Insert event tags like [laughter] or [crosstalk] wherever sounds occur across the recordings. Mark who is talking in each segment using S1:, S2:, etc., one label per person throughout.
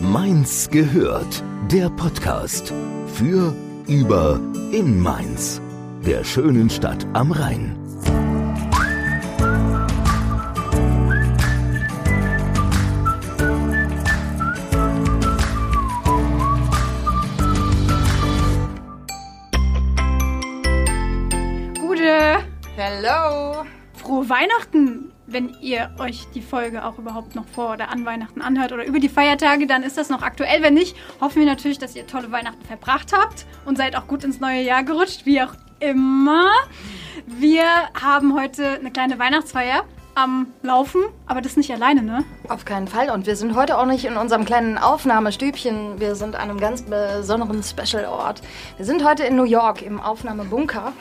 S1: Mainz gehört, der Podcast für, über, in Mainz, der schönen Stadt am Rhein.
S2: Gute,
S3: Hello!
S2: frohe Weihnachten! Wenn ihr euch die Folge auch überhaupt noch vor oder an Weihnachten anhört oder über die Feiertage, dann ist das noch aktuell. Wenn nicht, hoffen wir natürlich, dass ihr tolle Weihnachten verbracht habt und seid auch gut ins neue Jahr gerutscht, wie auch immer. Wir haben heute eine kleine Weihnachtsfeier am Laufen, aber das nicht alleine, ne?
S3: Auf keinen Fall. Und wir sind heute auch nicht in unserem kleinen Aufnahmestübchen. Wir sind an einem ganz besonderen Special-Ort. Wir sind heute in New York im Aufnahmebunker.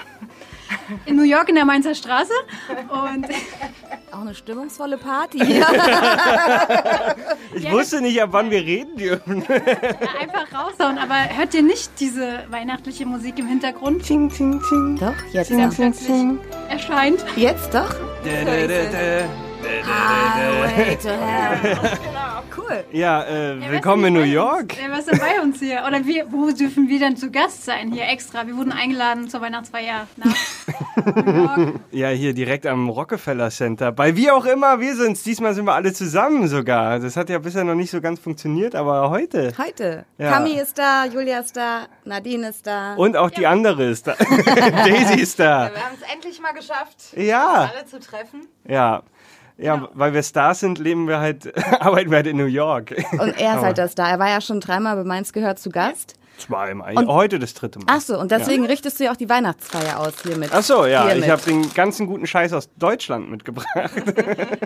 S2: In New York in der Mainzer Straße. Und [laughs]
S4: Auch eine stimmungsvolle Party. Ja.
S2: Ja,
S5: Ich wusste nicht, ab wann wir reden dürfen.
S2: einfach raushauen. Aber hört ihr nicht diese weihnachtliche Musik im Hintergrund, die
S4: Doch, jetzt.
S2: dann
S4: Doch.
S2: plötzlich erscheint?
S4: Jetzt doch. Highway to hell. Cool.
S5: Ja, äh, willkommen in New York.
S2: Wer ist denn bei uns hier? Oder wir, wo dürfen wir denn zu Gast sein hier extra? Wir wurden eingeladen zur Weihnachtsfeier nach New York.
S5: Ja, hier direkt am Rockefeller Center. Bei wie auch immer, wir sind's. Diesmal sind wir alle zusammen sogar. Das hat ja bisher noch nicht so ganz funktioniert, aber heute.
S4: Heute.
S5: Ja.
S4: Kami ist da, Julia ist da, Nadine ist da.
S5: Und auch die andere ist da. [laughs] Daisy ist da.
S3: Wir haben es endlich mal geschafft,
S4: Ah.
S5: Ja.
S3: alle zu treffen.
S5: Ja. Ja, weil wir Stars sind, leben wir halt, [laughs] arbeiten wir halt in New York.
S4: Und er ist halt das da. Er war ja schon dreimal bei Mainz gehört zu Gast.
S5: Zweimal. Heute das dritte Mal.
S4: Ach so, und deswegen richtest du ja auch die Weihnachtsfeier aus hiermit.
S5: Ach so, ja.
S4: Hiermit.
S5: Ich habe den ganzen guten Scheiß aus Deutschland mitgebracht.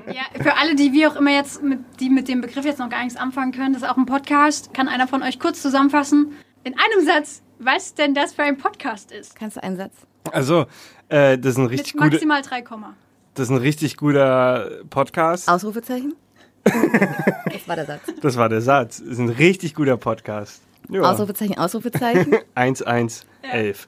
S2: Ja, für alle, die wie auch immer jetzt, mit, die mit dem Begriff jetzt noch gar nichts anfangen können, das ist auch ein Podcast. Kann einer von euch kurz zusammenfassen? In einem Satz, was denn das für ein Podcast ist?
S4: Kannst du einen Satz?
S5: Also, äh, das ist ein richtig
S2: Mit
S5: guter,
S2: maximal drei Komma.
S5: das ist ein richtig guter Podcast. [laughs]
S4: Ausrufezeichen? das war der Satz.
S5: Das war der Satz. Ist ein richtig guter Podcast. Ja. [laughs]
S4: Ausrufezeichen, Ausrufezeichen.
S5: 1111.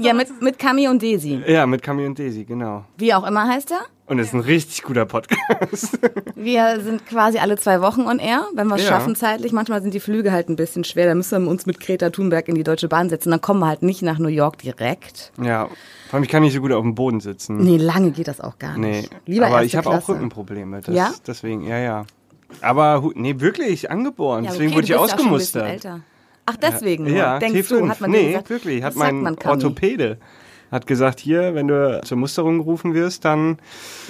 S4: ja, mit, mit Kami und Desi.
S5: Ja, mit Kami und Daisy, genau.
S4: Wie auch immer heißt er.
S5: Und ist ein richtig guter Podcast. [laughs]
S4: Wir sind quasi alle zwei Wochen on air, wenn wir es
S5: Ja.
S4: schaffen zeitlich. Manchmal sind die Flüge halt ein bisschen schwer. Da müssen wir uns mit Greta Thunberg in die Deutsche Bahn setzen. Dann kommen wir halt nicht nach New York direkt.
S5: ja. Vor allem, ich kann nicht so gut auf dem Boden sitzen.
S4: Nee, lange geht das auch gar
S5: Nee.
S4: nicht. Lieber
S5: Aber
S4: erste
S5: ich habe
S4: Klasse.
S5: auch Rückenprobleme. Das,
S4: Ja?
S5: Deswegen, ja, ja. Aber, hu- nee, wirklich, angeboren.
S4: Ja,
S5: deswegen
S4: okay,
S5: wurde ich
S4: du bist ja auch schon ein bisschen
S5: ausgemustert.
S4: älter. Ach, deswegen. nur.
S5: Ja,
S4: Denkst
S5: T5.
S4: du, hat man dir
S5: nee,
S4: gesagt,
S5: wirklich, hat
S4: das sagt
S5: mein
S4: man Kami.
S5: Orthopäde hat gesagt, hier, wenn du zur Musterung gerufen wirst, dann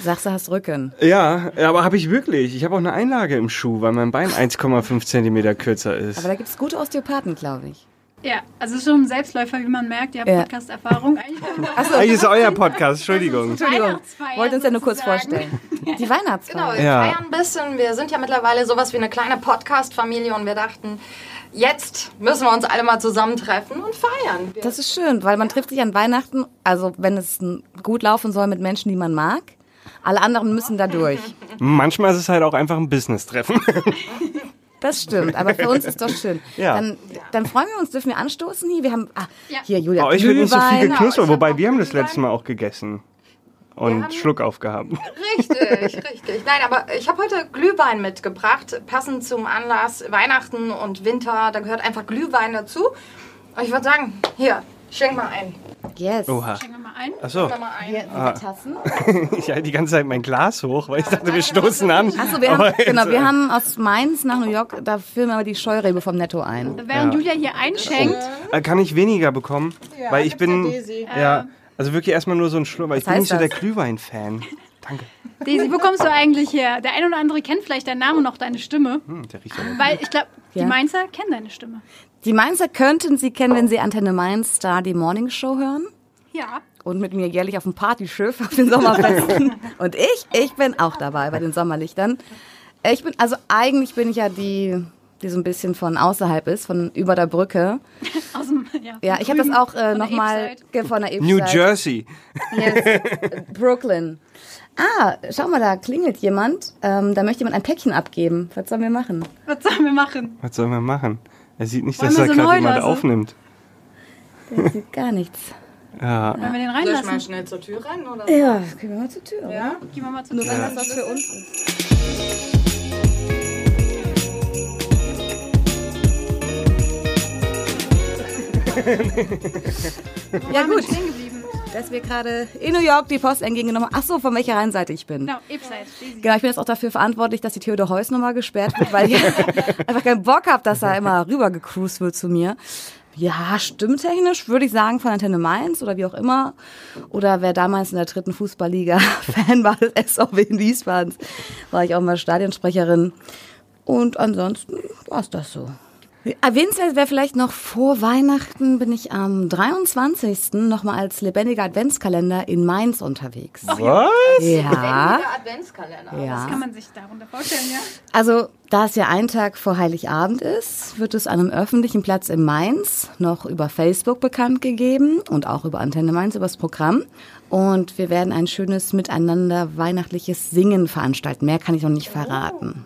S4: Sagst du, hast Rücken.
S5: ja, aber habe ich wirklich. Ich habe auch eine Einlage im Schuh, weil mein Bein 1,5 Zentimeter kürzer ist.
S4: Aber da gibt's gute Osteopathen, glaube ich.
S2: Ja, also es ist schon ein Selbstläufer, wie man merkt. Ihr habt
S4: Ja.
S2: Podcast-Erfahrung. Eigentlich können wir
S5: Ah, hier ist euer Podcast, Entschuldigung.
S4: Entschuldigung,
S2: Weihnachtsfeier
S4: wollte uns ja nur kurz
S2: sozusagen.
S4: vorstellen. [laughs] Die
S3: Genau,
S4: Weihnachtsfeier.
S3: wir
S5: Ja.
S3: feiern ein bisschen. Wir sind ja mittlerweile sowas wie eine kleine Podcast-Familie und wir dachten, jetzt müssen wir uns alle mal zusammentreffen und feiern. Wir
S4: Das ist schön, weil man trifft sich an Weihnachten, also wenn es n- gut laufen soll mit Menschen, die man mag. Alle anderen müssen da durch.
S5: Manchmal ist es halt auch einfach ein Business-Treffen.
S4: Das stimmt, aber für uns ist doch schön.
S5: [laughs] Ja.
S4: Dann, dann freuen wir uns, dürfen wir anstoßen hier. Wir haben, ah,
S2: Ja.
S4: hier Julia
S5: Bei euch wird Oh, nicht so viel
S4: Glühwein.
S3: Genau,
S5: geknuspert,
S3: ich hab
S5: wobei
S3: auch
S5: wir haben das
S3: Glühwein.
S5: letzte Mal auch gegessen.
S3: Wir haben-
S5: Und Schluck aufgehabt.
S3: Richtig, [laughs] richtig. Nein, aber ich habe heute Glühwein mitgebracht, passend zum Anlass Weihnachten und Winter. Da gehört einfach Glühwein dazu. Und ich würde sagen, hier, schenk mal ein.
S4: Yes.
S5: Oha. Ah.
S2: Schenken wir mal ein.
S5: Achso,
S3: Schenk mal ein.
S4: Hier sind die Tassen.
S5: [laughs] ich halte die ganze Zeit mein Glas hoch, weil ich dachte, wir stoßen an.
S4: Achso, wir haben, genau,
S5: äh,
S4: wir haben aus Mainz nach New York, da füllen wir aber die Scheurebe vom Netto ein.
S2: Während Julia hier einschenkt,
S5: Äh, Kann ich weniger bekommen? weil ich bin. Ja, also wirklich erstmal nur so ein Schluck, weil ich bin
S4: heißt
S5: nicht so der
S4: das?
S5: Glühwein-Fan. Danke.
S2: Daisy, wo kommst du eigentlich her? Der ein oder andere kennt vielleicht deinen Namen und auch deine Stimme.
S5: Hm, der riecht aber.
S2: Weil ich glaube, die
S4: Ja.
S2: Mainzer kennen deine Stimme.
S4: Die Mainzer könnten Sie kennen, wenn Sie Antenne Mainz Star die Morning Show hören.
S2: Ja.
S4: Und mit mir jährlich auf dem Partyschiff auf den
S5: [laughs]
S4: Sommerfesten. Und ich, ich bin auch dabei bei den Sommerlichtern. Ich bin, also eigentlich bin ich ja die, die so ein bisschen von außerhalb ist, von über der Brücke.
S2: Aus dem, ja,
S4: Ja, ich habe das auch äh,
S2: Von der
S4: nochmal
S2: East
S4: von der East
S5: New
S4: Side.
S5: Jersey.
S4: Yes. Brooklyn. Ah, schau mal, da klingelt jemand. Ähm, da möchte jemand ein Päckchen abgeben. Was sollen wir machen?
S2: Was sollen wir machen?
S5: Was sollen wir machen? Er sieht nicht,
S2: Wollen
S5: dass
S2: wir
S5: da
S2: so
S5: gerade
S2: neu
S5: jemand
S2: lassen?
S5: aufnimmt.
S4: Der sieht gar nichts.
S5: Ja.
S2: Wollen wir den
S3: Soll ich mal
S2: reinlassen?
S3: schnell zur Tür rennen? Oder?
S4: Ja, gehen wir mal zur Tür.
S3: Ja.
S2: Gehen wir mal zu ja.
S4: Was für uns ist. Ja,
S2: Damit
S4: gut.
S2: stehen geblieben.
S4: Dass wir gerade in New York die Post entgegengenommen haben. Ach so, von welcher Rheinseite ich bin.
S2: Genau, Ebseit. Easy.
S4: Genau, ich bin jetzt auch dafür verantwortlich, dass die Theodor Heuss Nummer gesperrt wird, weil ich [laughs] einfach keinen Bock habe, dass da immer rüber gecruised wird zu mir. Ja, stimmtechnisch würde ich sagen von Antenne Mainz oder wie auch immer. Oder wer damals in der dritten Fußballliga Fan [laughs] war des SOW in Wiesbaden, war ich auch mal Stadionsprecherin. Und ansonsten war es das so. Erwähnenswert Ah, wäre vielleicht noch vor Weihnachten bin ich am 23. nochmal als lebendiger Adventskalender in Mainz unterwegs.
S5: Was?
S4: ja.
S3: Der Adventskalender.
S4: ja.
S2: Kann man sich darunter vorstellen, ja?
S4: Also, da es ja ein Tag vor Heiligabend ist, wird es an einem öffentlichen Platz in Mainz noch über Facebook bekannt gegeben und auch über Antenne Mainz, über das Programm. Und wir werden ein schönes miteinander weihnachtliches Singen veranstalten. Mehr kann ich noch nicht verraten.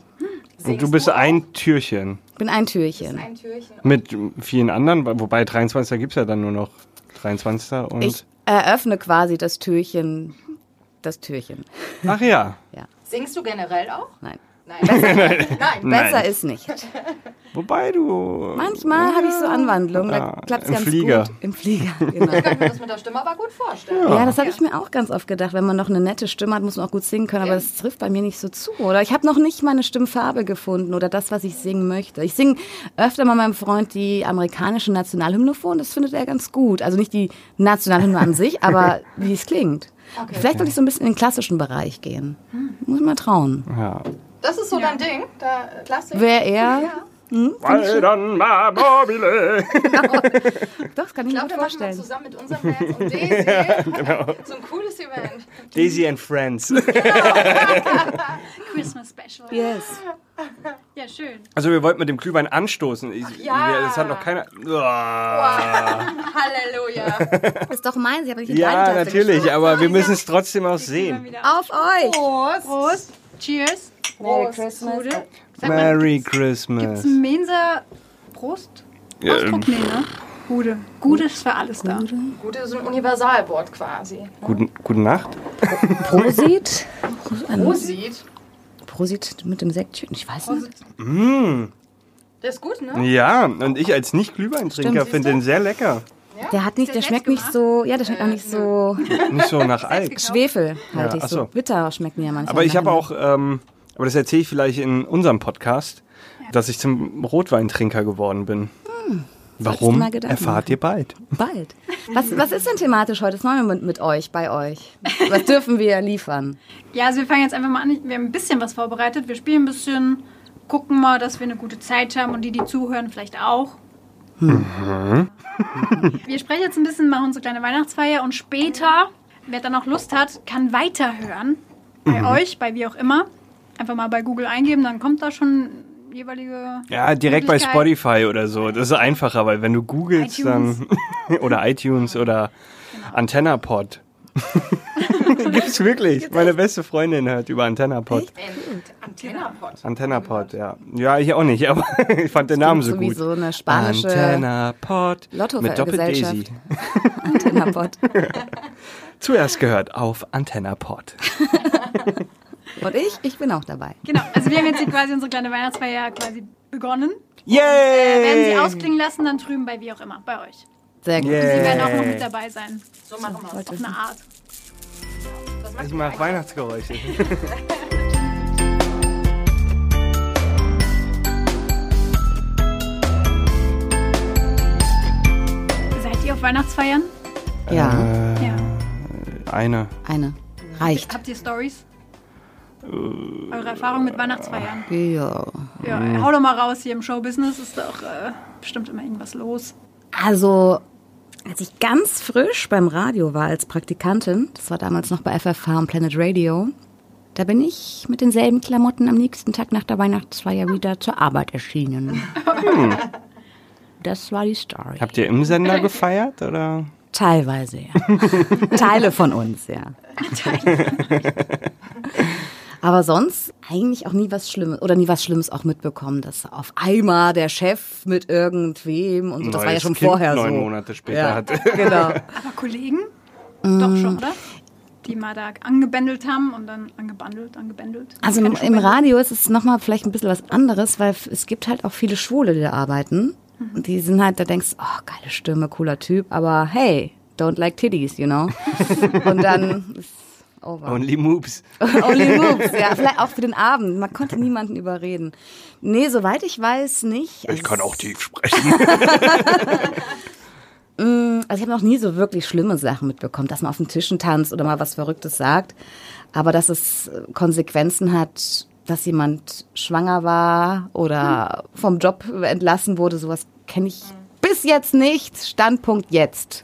S5: Und du bist ein Türchen
S4: Ich bin ein Türchen.
S3: Ein Türchen.
S5: mit vielen anderen, wobei 23. gibt es ja dann nur noch 23. und...
S4: Ich eröffne quasi das Türchen. Das Türchen.
S5: Ach ja.
S3: Singst du generell auch?
S4: Nein.
S3: Nein. Nein.
S4: Besser
S5: Nein.
S4: ist nicht.
S5: Wobei du...
S4: Manchmal habe ich so Anwandlungen,
S5: Ja,
S4: da klappt es
S5: Ah, im
S4: ganz
S5: Flieger.
S4: gut. Im Flieger, genau.
S3: Ich kann mir das mit der Stimme aber gut vorstellen.
S4: Ja, das habe ich mir auch ganz oft gedacht. Wenn man noch eine nette Stimme hat, muss man auch gut singen können. Aber das trifft bei mir nicht so zu. Oder ich habe noch nicht meine Stimmfarbe gefunden oder das, was ich singen möchte. Ich singe öfter mal meinem Freund die amerikanische Nationalhymne vor und das findet er ganz gut. Also nicht die Nationalhymne an sich, aber wie es klingt. Vielleicht wollte ich so ein bisschen in den klassischen Bereich gehen. Muss ich mal trauen.
S5: Ja.
S3: Das ist so dein Ding. Da äh, lasse ich.
S4: Wer er?
S5: Weil dann mal mobile.
S4: Doch, das kann ich
S3: Ich glaube, da
S4: mir gut
S3: machen wir
S4: vorstellen.
S3: zusammen mit unserem Netz und Daisy so ein cooles Event.
S5: Daisy and Friends.
S2: Christmas Special.
S4: Yes.
S2: Ja, schön.
S5: Also wir wollten mit dem Glühwein anstoßen. Ich,
S3: ja.
S5: Das hat noch keiner...
S3: Halleluja.
S4: Ist doch meins. Ich habe nicht in deine
S5: Ja,
S4: Taste
S5: natürlich,
S4: geschaut.
S5: aber wir müssen es trotzdem auch sehen.
S2: Wieder
S4: Auf euch.
S2: Prost. Cheers.
S4: Merry Christmas.
S2: Gute. Sag mal,
S5: Merry
S2: gibt's
S5: Christmas.
S2: einen Mensa Prost?
S5: Ja,
S2: Ausdruck? Nee, ne? Gude. Gude ist für alles da.
S3: Gut, das ist ein Universalwort quasi.
S5: Guten, guten Nacht.
S4: Prosit.
S3: Wo sieht?
S4: Prosit mit dem Sektchen. Ich weiß nicht.
S2: Hm.
S3: Der ist gut,
S4: Hm.
S3: ne?
S5: Ja, und ich als Nicht-Glühweintrinker finde den sehr lecker.
S4: Der hat nicht,
S2: der
S4: der schmeckt
S2: selbst
S4: nicht so, ja, der schmeckt auch nicht so
S5: Nicht so nach Alk.
S4: Schwefel, halt
S5: Ja,
S4: ich
S5: ach
S4: so.
S5: so.
S4: Bitter schmecken die ja manchmal.
S5: Aber ich habe
S4: nachher.
S5: auch, ähm, aber das erzähle ich vielleicht in unserem Podcast, dass ich zum Rotweintrinker geworden bin.
S4: Solltest du
S5: Warum?
S4: mal Gedanken
S5: Erfahrt ihr bald.
S4: bald. Was, was ist denn thematisch heute? Das machen wir mit, mit euch, bei euch. Was dürfen wir liefern?
S2: Ja, also wir fangen jetzt einfach mal an. Wir haben ein bisschen was vorbereitet. Wir spielen ein bisschen, gucken mal, dass wir eine gute Zeit haben und die, die zuhören, vielleicht auch.
S5: Mhm.
S2: Wir sprechen jetzt ein bisschen, machen unsere kleine Weihnachtsfeier und später, wer dann auch Lust hat, kann weiterhören. Bei
S5: Mhm.
S2: euch, bei wie auch immer. Einfach mal bei Google eingeben, dann kommt da schon jeweilige.
S5: Ja, direkt bei
S2: Möglichkeit.
S5: Spotify oder so. Das ist einfacher, weil wenn du googelst,
S2: iTunes.
S5: dann. [laughs] oder iTunes oder Antennapod. [laughs] Gibt's wirklich. Meine beste Freundin hört über Antennapod.
S3: Hm. Antennapot.
S5: Antennapod, ja. Ja, ich auch nicht, aber [laughs] ich fand den Namen so
S4: so wie
S5: gut.
S4: so eine spanische
S5: Antennapod mit
S4: Lottogesellschaft.
S5: Doppel-Daisy.
S4: Tinderpot.
S5: Zuerst gehört auf Antennapod.
S4: Und ich, ich bin auch dabei.
S2: Genau, also wir haben jetzt hier quasi unsere kleine Weihnachtsfeier quasi begonnen. Äh, werden sie
S5: Yay!
S2: ausklingen lassen, dann drüben bei wie auch immer, bei euch.
S4: Sehr gut.
S2: Sie
S5: Yay.
S2: werden auch noch mit dabei sein.
S3: So machen wir
S2: Auf eine Art.
S5: Ich mache Weihnachtsgeräusche.
S2: Seid ihr auf Weihnachtsfeiern?
S4: Ja,
S2: Ja.
S5: Äh, Eine.
S4: eine. Reicht.
S2: Habt ihr Stories? Eure Erfahrung mit Weihnachtsfeiern?
S4: Ja.
S2: Ja, hau doch mal raus hier im Showbusiness. Ist doch äh, bestimmt immer irgendwas los.
S4: Also, als ich ganz frisch beim Radio war als Praktikantin, das war damals noch bei FFH und Planet Radio, da bin ich mit denselben Klamotten am nächsten Tag nach der Weihnachtsfeier wieder zur Arbeit erschienen. Das war die Story.
S5: Habt ihr im Sender gefeiert oder?
S4: Teilweise, ja. [laughs] Teile von uns, ja. [laughs] Aber sonst eigentlich auch nie was Schlimmes oder nie was Schlimmes auch mitbekommen, dass auf einmal der Chef mit irgendwem und so, das war ja
S5: Neues
S4: schon
S5: Kind
S4: vorher so.
S5: neun Monate später
S4: ja,
S5: hatte.
S4: [laughs] Genau.
S2: Aber Kollegen? Doch schon, oder? Die mal da angebändelt haben und dann angebandelt, angebändelt.
S4: Also im, im Radio ist es nochmal vielleicht ein bisschen was anderes, weil f- es gibt halt auch viele Schwule, die da arbeiten. Und die sind halt, da denkst du, oh, geile Stimme, cooler Typ, aber hey, don't like titties, you
S5: [laughs]
S4: know? Und dann ist over.
S5: Only Moves.
S4: [laughs]
S6: [laughs]
S4: Only Moves, ja. Vielleicht auch für den Abend. Man konnte niemanden überreden. Nee, soweit ich weiß nicht.
S6: Ich kann auch tief sprechen.
S4: Also ich habe noch nie so wirklich schlimme Sachen mitbekommen, dass man auf den Tischen tanzt oder mal was Verrücktes sagt. Aber dass es äh, Konsequenzen hat, dass jemand schwanger war oder
S6: Hm.
S4: vom Job entlassen wurde, sowas kenne ich bis jetzt nicht. Standpunkt jetzt.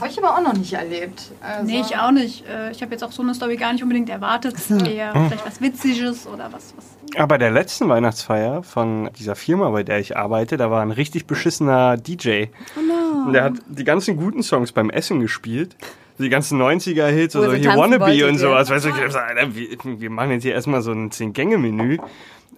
S3: Habe ich aber auch noch nicht erlebt. Also,
S2: Nee, ich auch nicht. Äh, Ich habe jetzt auch so eine Story gar nicht unbedingt erwartet. Eher vielleicht was Witziges oder was. was.
S5: [laughs] Aber bei der letzten Weihnachtsfeier von dieser Firma, bei der ich arbeite, da war ein richtig beschissener DJ. Oh no. Und der hat die ganzen guten Songs beim Essen gespielt. Die ganzen 90er-Hits,
S4: Wo ihr so
S5: also hier
S4: tanzen wolltet,
S5: Wannabe und
S4: ja.
S5: sowas. Weißt du, ich hab gesagt, Alter, wir, wir machen jetzt hier erstmal so ein Zehn-Gänge-Menü.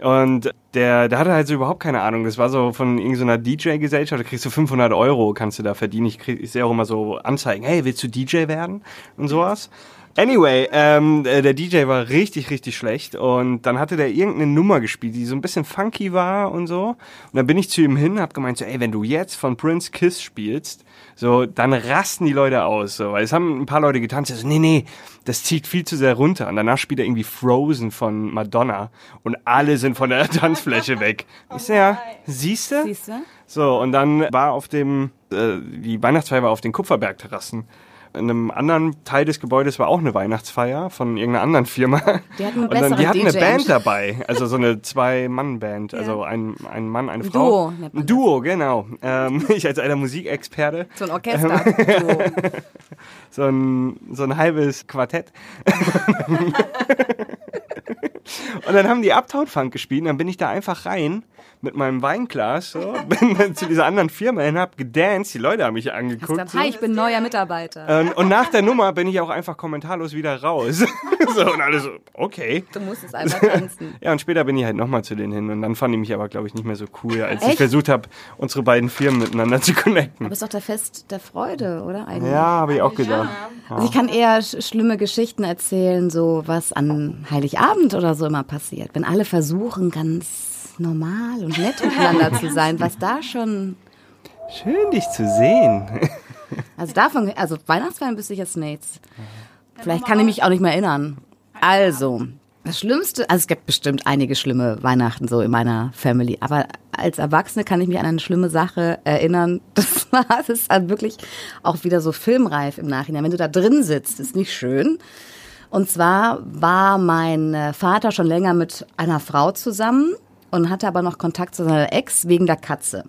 S5: Und der, der hatte halt so überhaupt keine Ahnung. Das war so von irgendeiner DJ-Gesellschaft, da kriegst du 500 Euro, kannst du da verdienen. Ich, krieg, ich sehe auch immer so Anzeigen, hey, willst du DJ werden? Und sowas. Anyway, ähm, äh, der DJ war richtig, richtig schlecht und dann hatte der irgendeine Nummer gespielt, die so ein bisschen funky war und so. Und dann bin ich zu ihm hin, hab gemeint so, ey, wenn du jetzt von Prince Kiss spielst, so, dann rasten die Leute aus, so. Weil es haben ein paar Leute getanzt, die so, nee, nee, das zieht viel zu sehr runter. Und danach spielt er irgendwie Frozen von Madonna und alle sind von der [laughs] Tanzfläche weg. ich so, ja, siehst du?
S4: Oh Siehst du?
S5: So, und dann war auf dem, äh, die Weihnachtsfeier war auf den Kupferbergterrassen. In einem anderen Teil des Gebäudes war auch eine Weihnachtsfeier von irgendeiner anderen Firma.
S4: Die hatten einen
S5: [laughs] und dann, die
S4: besseren
S5: hatten eine
S4: DJ.
S5: Band dabei, also so eine Zwei-Mann-Band, also ein, ein Mann, eine
S4: Duo
S5: Frau.
S4: nennt man
S5: Ein Duo, genau. Ähm, [laughs] ich als einer Musikexperte,
S6: [laughs]
S4: So ein Orchester. So.
S5: so ein, so ein halbes Quartett. Und dann haben die Uptown Funk gespielt und dann bin ich da einfach rein mit meinem Weinglas, so, [laughs] bin dann zu dieser anderen Firma hin, hab gedanced, die Leute haben mich angeguckt.
S4: Dann,
S5: so.
S4: hi, ich bin neuer Mitarbeiter.
S5: Ähm, und nach der Nummer bin ich auch einfach kommentarlos wieder raus. [laughs] so, und alle so, okay.
S4: Du musst es einfach
S6: Hm.
S4: tanzen.
S5: Ja, und später bin ich halt nochmal zu denen hin und dann fand ich mich aber, glaube ich, nicht mehr so cool, als ich
S4: Echt?
S5: versucht habe, unsere beiden Firmen miteinander zu connecten.
S4: Aber ist doch der Fest der Freude, oder? Eigentlich.
S5: Ja, habe ich auch gedacht.
S4: Also ich kann eher sch schlimme Geschichten erzählen, so was an Heiligabend oder so immer passiert. Wenn alle versuchen, ganz normal und nett miteinander zu sein, was da schon.
S5: Schön, dich zu sehen.
S4: Also davon, also Weihnachtsfeiern wüsste ich jetzt nichts. Vielleicht kann ich mich auch nicht mehr erinnern. Also, das Schlimmste, also es gibt bestimmt einige schlimme Weihnachten so in meiner Family, aber als Erwachsene kann ich mich an eine schlimme Sache erinnern. [laughs] Das war, das ist halt wirklich auch wieder so filmreif im Nachhinein. Wenn du da drin sitzt, ist nicht schön. Und zwar war mein äh, Vater schon länger mit einer Frau zusammen und hatte aber noch Kontakt zu seiner Ex wegen der Katze.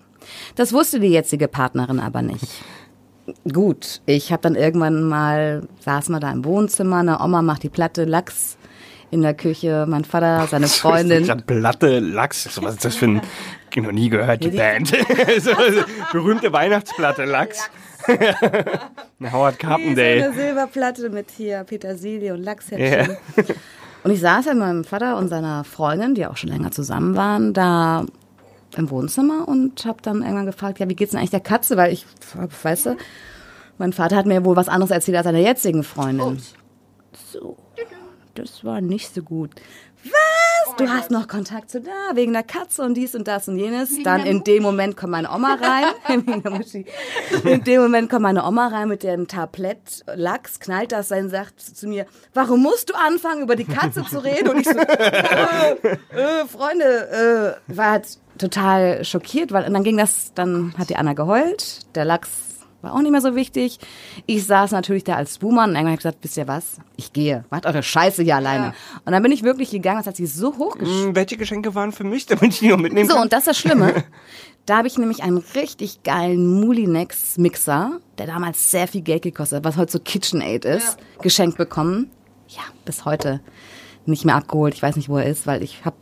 S4: Das wusste die jetzige Partnerin aber nicht.
S5: [laughs]
S4: Gut, ich habe dann irgendwann mal, saß mal da im Wohnzimmer, eine Oma macht die Platte, Lachs in der Küche, mein Vater,
S5: [laughs]
S4: seine
S5: Ich
S4: [laughs] Freundin.
S5: hab Platte, Lachs, so, was ist das
S4: [laughs]
S5: für ein, ich noch nie gehört, die Band. [laughs] so, so, berühmte
S4: [laughs]
S5: Weihnachtsplatte, Lachs. Na, Howard Carpendale.
S4: Silberplatte mit hier Petersilie und Lachshäppchen.
S5: Ja.
S4: Und ich saß mit meinem Vater und seiner Freundin, die auch schon länger zusammen waren, da im Wohnzimmer und habe dann irgendwann gefragt, ja, wie geht's denn eigentlich der Katze? Weil ich, weißt du, mein Vater hat mir wohl was anderes erzählt als seiner jetzigen Freundin. So, das war nicht so gut. Was? du hast noch Kontakt zu da, wegen der Katze und dies und das und jenes. dann in dem Moment kommt meine Oma rein. wegen der Muschi. In dem Moment kommt meine Oma rein mit dem Tablett Lachs, knallt das rein, sagt zu mir, warum musst du anfangen, über die Katze zu reden? Und ich so, äh, Freunde, äh, war halt total schockiert, weil und dann ging das, dann hat die Anna geheult, der Lachs war auch nicht mehr so wichtig. Ich saß natürlich da als Boomer und irgendwann habe ich gesagt, wisst ihr was? Ich gehe. Macht eure Scheiße hier alleine. Und dann bin ich wirklich gegangen, das hat sie so hochgeschrieben.
S5: Hm, Welche Geschenke waren für mich, [laughs] damit ich die noch mitnehmen
S4: So,
S5: kann?
S4: und das ist das Schlimme. [laughs] Da habe ich nämlich einen richtig geilen Mulinex-Mixer, der damals sehr viel Geld gekostet hat, was heute so KitchenAid ist, geschenkt bekommen. Ja, bis heute nicht mehr abgeholt. Ich weiß nicht, wo er ist, weil ich habe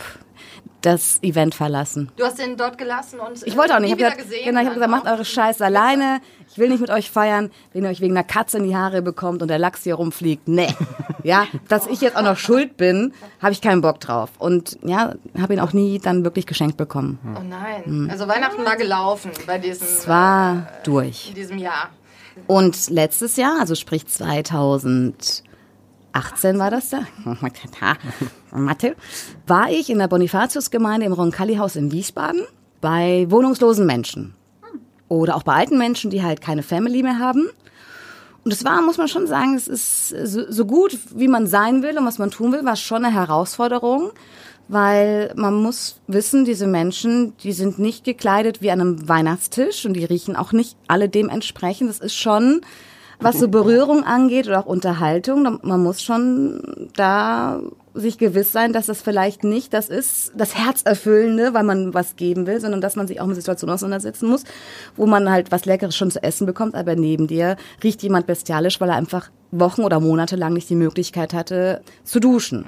S4: das Event verlassen.
S3: du hast den dort gelassen und äh,
S4: Ich wollte auch nicht.
S3: nie
S4: Ich
S3: wieder
S4: habe gesagt,
S3: gesehen.
S4: genau, ich hab gesagt,
S3: dann
S4: macht
S3: auch.
S4: eure Scheiße alleine. Ich will nicht mit euch feiern, wenn ihr euch wegen einer Katze in die Haare bekommt und der Lachs hier
S3: [laughs]
S4: rumfliegt. Nee. Ja, dass ich jetzt auch noch schuld bin, habe ich keinen Bock drauf. Und ja, habe ihn auch nie dann wirklich geschenkt bekommen.
S3: Oh
S4: Hm.
S3: nein. Also Weihnachten war gelaufen bei diesem,
S4: Es war durch.
S3: in diesem Jahr.
S4: Und letztes Jahr, also sprich 2018 war das da, [laughs] Oh Ha, Mathe, war ich in der Bonifatiusgemeinde im Roncalli-Haus in Wiesbaden bei wohnungslosen Menschen. Oder auch bei alten Menschen, die halt keine Family mehr haben. Und es war, muss man schon sagen, es ist so, so gut, wie man sein will und was man tun will, war schon eine Herausforderung, weil man muss wissen, diese Menschen, die sind nicht gekleidet wie an einem Weihnachtstisch und die riechen auch nicht alle dementsprechend. Das ist schon, was so Berührung angeht oder auch Unterhaltung, da- man muss schon da sich gewiss sein, dass das vielleicht nicht das ist, das Herzerfüllende, weil man was geben will, sondern dass man sich auch mit Situationen auseinandersetzen muss, wo man halt was Leckeres schon zu essen bekommt, aber neben dir riecht jemand bestialisch, weil er einfach Wochen oder Monate lang nicht die Möglichkeit hatte, zu duschen.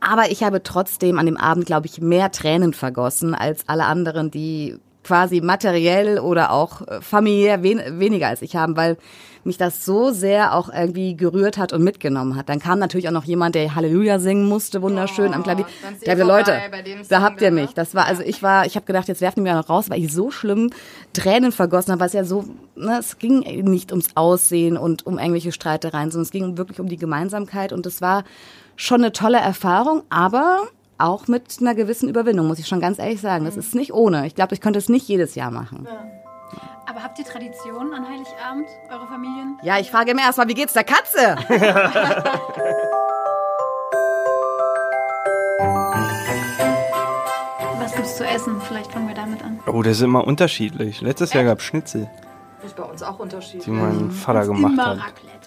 S4: Aber ich habe trotzdem an dem Abend, glaube ich, mehr Tränen vergossen als alle anderen, die quasi materiell oder auch äh, familiär wen weniger als ich haben, weil mich das so sehr auch irgendwie gerührt hat und mitgenommen hat. Dann kam natürlich auch noch jemand, der Halleluja singen musste, wunderschön am Klavier.
S3: Oh, dann ist die
S4: Da hab ich
S3: vorbei
S4: gesagt,
S3: bei dem
S4: Leute,
S3: Song
S4: da habt ihr
S3: da, ne?
S4: mich. Das war also ich war, ich habe gedacht, jetzt werfen die mir noch raus, weil ich so schlimm Tränen vergossen habe, weil es ja so, ne, es ging nicht ums Aussehen und um irgendwelche Streitereien, sondern es ging wirklich um die Gemeinsamkeit und das war schon eine tolle Erfahrung, aber auch mit einer gewissen Überwindung, muss ich schon ganz ehrlich sagen.
S3: Mhm.
S4: Das ist nicht ohne. Ich glaube, ich könnte es nicht jedes Jahr machen.
S2: Aber habt ihr Traditionen an Heiligabend, eure Familien?
S4: Ja, ich frage immer erstmal, wie geht's der Katze?
S2: Was gibt's zu essen? Vielleicht fangen wir damit an.
S5: Oh, das ist immer unterschiedlich. Letztes Jahr gab Schnitzel,
S3: Ist bei uns auch
S4: Hm.
S5: die
S3: unterschiedlich.
S5: mein Vater gemacht
S2: Immer
S5: hat.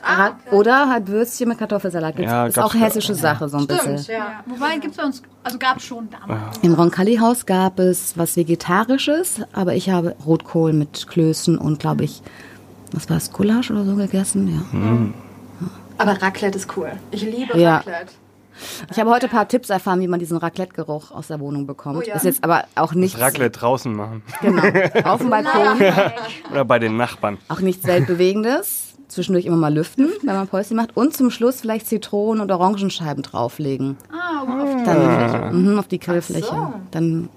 S2: Raclette.
S3: Ah,
S4: Oder halt Würstchen mit Kartoffelsalat. Gibt's,
S5: Ja,
S4: ist
S5: gab's
S4: auch hessische Sache so ein bisschen.
S3: stimmt, ja.
S2: Ja. Wobei gibt's bei uns, also gab's schon damals.
S4: Im Roncalli-Haus gab es was Vegetarisches, aber ich habe Rotkohl mit Klößen und, glaube ich, was war es, Gulasch oder so gegessen?
S3: Hm.
S4: Ja.
S3: Aber Raclette ist cool. Ich liebe
S4: Ja.
S3: Raclette.
S4: Ich habe heute ein paar Tipps erfahren, wie man diesen Raclette-Geruch aus der Wohnung bekommt.
S3: Oh ja.
S4: Ist jetzt aber auch nichts
S5: Raclette draußen machen.
S4: Genau. [laughs] Auf dem Balkon.
S5: Oder bei den Nachbarn.
S4: Auch nichts Weltbewegendes. Zwischendurch immer mal lüften, wenn man Päuschen macht. Und zum Schluss vielleicht Zitronen- und Orangenscheiben drauflegen.
S2: Ah, auf
S4: Dann mhm, auf die Grillfläche.
S3: so.
S4: Dann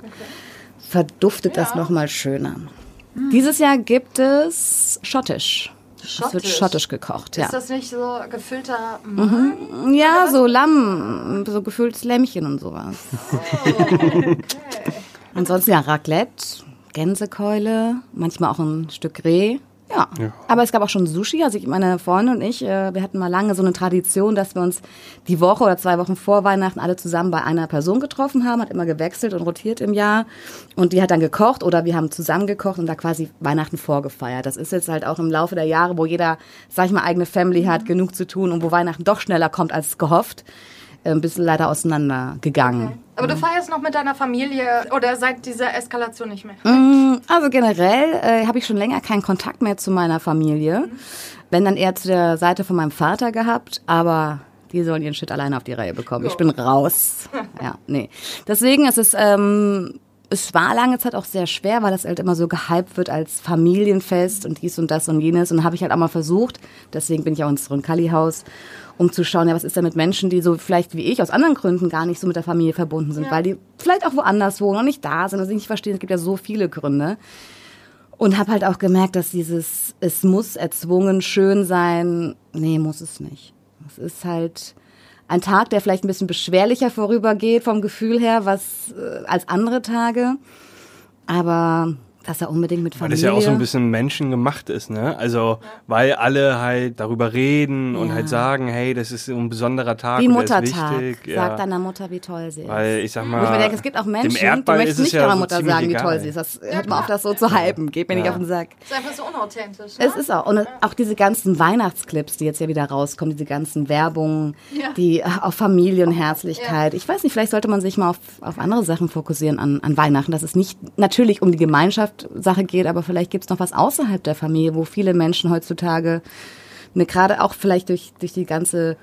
S4: verduftet das nochmal schöner.
S3: Mhm.
S4: Dieses Jahr gibt es Schottisch. Es wird
S3: Schottisch?
S4: schottisch gekocht, ja. Mhm.
S3: Ist das nicht so gefüllter
S4: Ja, so Lamm, so gefülltes Lämmchen und sowas. Ansonsten ja Raclette, Gänsekeule, manchmal auch ein Stück Reh. Ja. aber es gab auch schon Sushi. Also ich, meine Freundin und ich, äh, wir hatten mal lange so eine Tradition, dass wir uns die Woche oder zwei Wochen vor Weihnachten alle zusammen bei einer Person getroffen haben, hat immer gewechselt und rotiert im Jahr. Und die hat dann gekocht oder wir haben zusammen gekocht und da quasi Weihnachten vorgefeiert. Das ist jetzt halt auch im Laufe der Jahre, wo jeder, sag ich mal, eigene Family hat, genug zu tun und wo Weihnachten doch schneller kommt als gehofft, äh, ein bisschen leider auseinandergegangen.
S3: Aber du feierst noch mit deiner Familie oder seit dieser Eskalation nicht mehr?
S4: Also generell äh, habe ich schon länger keinen Kontakt mehr zu meiner Familie. Wenn dann eher zu der Seite von meinem Vater gehabt, aber die sollen ihren Shit alleine auf die Reihe bekommen. Ich bin raus. Ja, nee. Deswegen es ist ähm, es war lange Zeit auch sehr schwer, weil das halt immer so gehypt wird als Familienfest und dies und das und jenes. Und habe ich halt auch mal versucht, deswegen bin ich auch ins Roncalli-Haus, um zu schauen, ja, was ist denn mit Menschen, die so vielleicht wie ich aus anderen Gründen gar nicht so mit der Familie verbunden sind, weil die vielleicht auch woanders wohnen und nicht da sind, dass sie nicht verstehen. Es gibt ja so viele Gründe. Und habe halt auch gemerkt, dass dieses, es muss erzwungen schön sein, nee, muss es nicht. Es ist halt ein Tag, der vielleicht ein bisschen beschwerlicher vorübergeht vom Gefühl her, was äh, als andere Tage. Aber dass er unbedingt mit
S5: Weil
S4: Familie.
S5: das ja auch so ein bisschen menschengemacht ist, ne? Also, weil alle halt darüber reden und
S4: Ja.
S5: halt sagen, hey, das ist ein besonderer Tag
S4: wie
S5: und der ist
S4: Muttertag.
S5: wichtig.
S4: Sag deiner Mutter, wie toll sie ist.
S5: Weil ich sag mal,
S4: Wo ich mir denke, es gibt auch
S5: dem
S4: Menschen,
S5: Erdball
S4: du
S5: ist
S4: möchtest
S5: es
S4: nicht
S5: ja
S4: deiner
S5: so
S4: Mutter
S5: ziemlich
S4: sagen, wie
S5: egal.
S4: toll sie ist. Das hört mal auf, das so zu hypen. Geht mir nicht auf den Sack.
S3: Ist einfach so unauthentisch. Ne?
S4: Es ist auch. Und auch diese ganzen Weihnachtsclips, die jetzt ja wieder rauskommen, diese ganzen Werbungen,
S2: Ja.
S4: die äh, auf Familie und Herzlichkeit. Ich weiß nicht, vielleicht sollte man sich mal auf, auf andere Sachen fokussieren an, an Weihnachten, dass es nicht natürlich um die Gemeinschaftssache geht, aber vielleicht gibt's noch was außerhalb der Familie, wo viele Menschen heutzutage, ne, gerade auch vielleicht durch, durch die ganze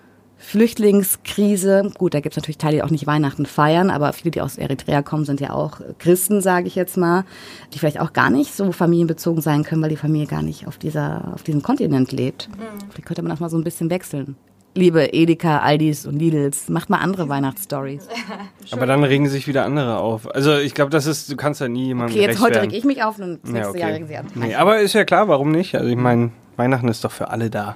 S4: Flüchtlingskrise, gut, da gibt's natürlich Teile, die auch nicht Weihnachten feiern, aber viele, die aus Eritrea kommen, sind ja auch äh, Christen, sage ich jetzt mal, die vielleicht auch gar nicht so familienbezogen sein können, weil die Familie gar nicht auf, dieser, auf diesem Kontinent lebt. Vielleicht könnte man das mal so ein bisschen wechseln. Liebe Edeka, Aldis und Lidls, macht mal andere Weihnachtsstories.
S5: Aber dann regen sich wieder andere auf. Also, ich glaube, das ist, du kannst ja nie jemandem
S4: Okay, jetzt
S5: gerecht
S4: heute
S5: werden.
S4: reg ich mich auf und das
S5: Ja,
S4: nächste
S5: okay.
S4: Jahr regen sie an.
S5: Nee, aber ist ja klar, warum nicht? Also, ich meine, Weihnachten ist doch für alle da.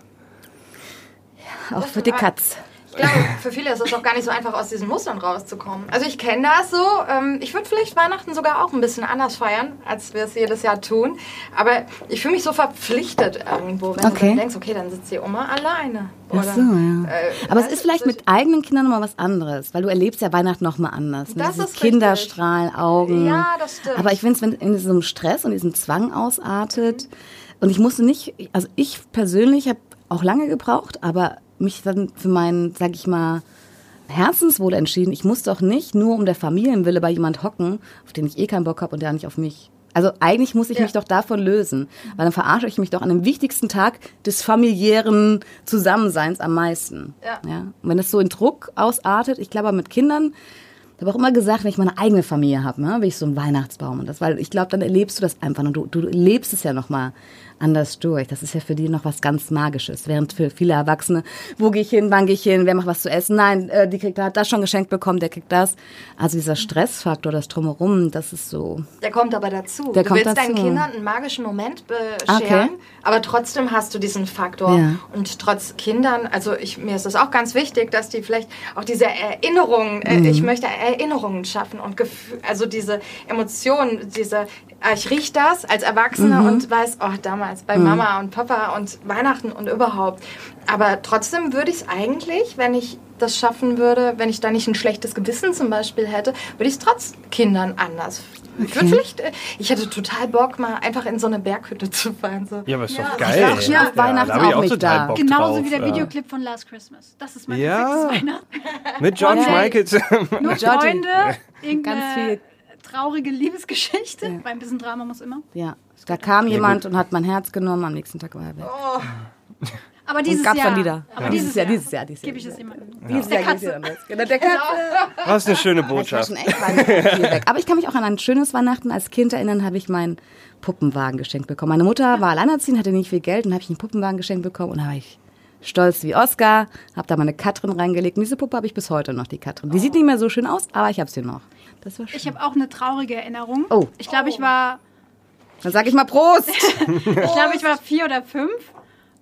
S4: Auch für die Katz.
S3: Ich glaube, für viele ist es auch gar nicht so einfach, aus diesen Mustern rauszukommen. Also ich kenne das so. Ähm, ich würde vielleicht Weihnachten sogar auch ein bisschen anders feiern, als wir es jedes Jahr tun. Aber ich fühle mich so verpflichtet irgendwo, wenn du
S4: Okay.
S3: dann denkst, okay, dann sitzt die Oma alleine.
S4: Ach so, ja.
S3: äh,
S4: Aber es
S3: weiß
S4: ist
S3: ich
S4: vielleicht
S3: nicht.
S4: mit eigenen Kindern nochmal was anderes, weil du erlebst ja Weihnachten nochmal anders. ne?
S3: Das
S4: Dieses
S3: ist richtig.
S4: Kinderstrahl, Augen.
S3: Ja, das stimmt.
S4: Aber ich finde es, wenn in diesem Stress und diesem Zwang
S3: Mhm.
S4: ausartet. Und ich musste nicht, also ich persönlich habe auch lange gebraucht, aber mich dann für mein, sag ich mal, Herzenswohl entschieden. Ich muss doch nicht nur um der Familienwille bei jemand hocken, auf den ich eh keinen Bock habe und der nicht auf mich. Also eigentlich muss ich
S3: Ja.
S4: mich doch davon lösen, weil dann verarsche ich mich doch an dem wichtigsten Tag des familiären Zusammenseins am meisten.
S3: Ja.
S4: Und wenn das so in Druck ausartet, ich glaube mit Kindern, ich habe auch immer gesagt, wenn ich meine eigene Familie habe, ne, will ich so einen Weihnachtsbaum und das, weil ich glaube, dann erlebst du das einfach und du, du lebst es ja noch mal anders durch. Das ist ja für die noch was ganz Magisches, während für viele Erwachsene, wo gehe ich hin, wann gehe ich hin, wer macht was zu essen, nein, äh, die kriegt hat das schon geschenkt bekommen, der kriegt das. Also dieser Stressfaktor, das drumherum, das ist so.
S3: Der kommt aber dazu.
S4: Der
S3: du
S4: kommt
S3: willst deinen
S4: dazu. Ah,
S3: Kindern einen magischen Moment bescheren,
S4: Okay.
S3: aber trotzdem hast du diesen Faktor.
S4: Ja.
S3: Und trotz Kindern, also ich, mir ist es auch ganz wichtig, dass die vielleicht auch diese Erinnerungen, äh, ich möchte Erinnerungen schaffen und Gef- also diese Emotionen, diese, ah, ich rieche das als Erwachsener und weiß, oh, damals bei Mama und Papa und Weihnachten und überhaupt. Aber trotzdem würde ich es eigentlich, wenn ich das schaffen würde, wenn ich da nicht ein schlechtes Gewissen zum Beispiel hätte, würde ich es trotz Kindern anders. Ich würde vielleicht, äh, ich hätte total Bock, mal einfach in so eine Berghütte zu fahren. So.
S5: Ja, aber ist doch
S4: Ich
S5: geil.
S4: war schon auf Weihnachten
S5: da hab ich
S4: auch
S5: auch
S4: nicht
S5: total
S4: da.
S5: Bock
S2: Genauso
S5: drauf.
S2: wie der
S5: ja.
S2: Videoclip von Last Christmas. Das ist mein
S5: Ja.
S2: perfektes Weihnachten.
S5: Mit George
S2: Ja. [laughs]
S5: Michaels.
S2: Nur
S4: Jotty.
S2: Freunde,
S4: Ganz
S2: irgendeine
S4: viel.
S2: traurige Liebesgeschichte. Weil ein bisschen Drama muss immer.
S4: Ja, da kam
S5: Ja,
S4: jemand
S5: gut.
S4: und hat mein Herz genommen, am nächsten Tag war er weg.
S2: Aber dieses
S4: gab's
S2: Jahr.
S4: dann wieder.
S2: Aber
S4: Ja.
S2: dieses Jahr.
S4: Dieses Jahr, dieses Jahr,
S2: Gebe ich
S4: dieses
S2: es jemandem.
S4: Dieses
S2: Der
S4: Jahr
S2: Katze.
S4: geht's wieder anders. Genau, der Katze.
S5: Was eine schöne
S4: Das war
S5: Botschaft.
S4: schon echt Weihnachten viel weg. Aber ich kann mich auch an ein schönes Weihnachten als Kind erinnern, habe ich meinen Puppenwagen geschenkt bekommen. Meine Mutter war alleinerziehend, hatte nicht viel Geld und habe ich einen Puppenwagen geschenkt bekommen und da war ich stolz wie Oscar, habe da meine Katrin reingelegt und diese Puppe habe ich bis heute noch, die Katrin. Die sieht nicht mehr so schön aus, aber ich habe sie noch. Das war schön.
S2: Ich habe auch eine traurige Erinnerung.
S4: Oh.
S2: Ich glaube, ich war
S4: Dann sage ich
S2: [laughs]
S4: mal Prost!
S2: Ich glaube, ich war vier oder fünf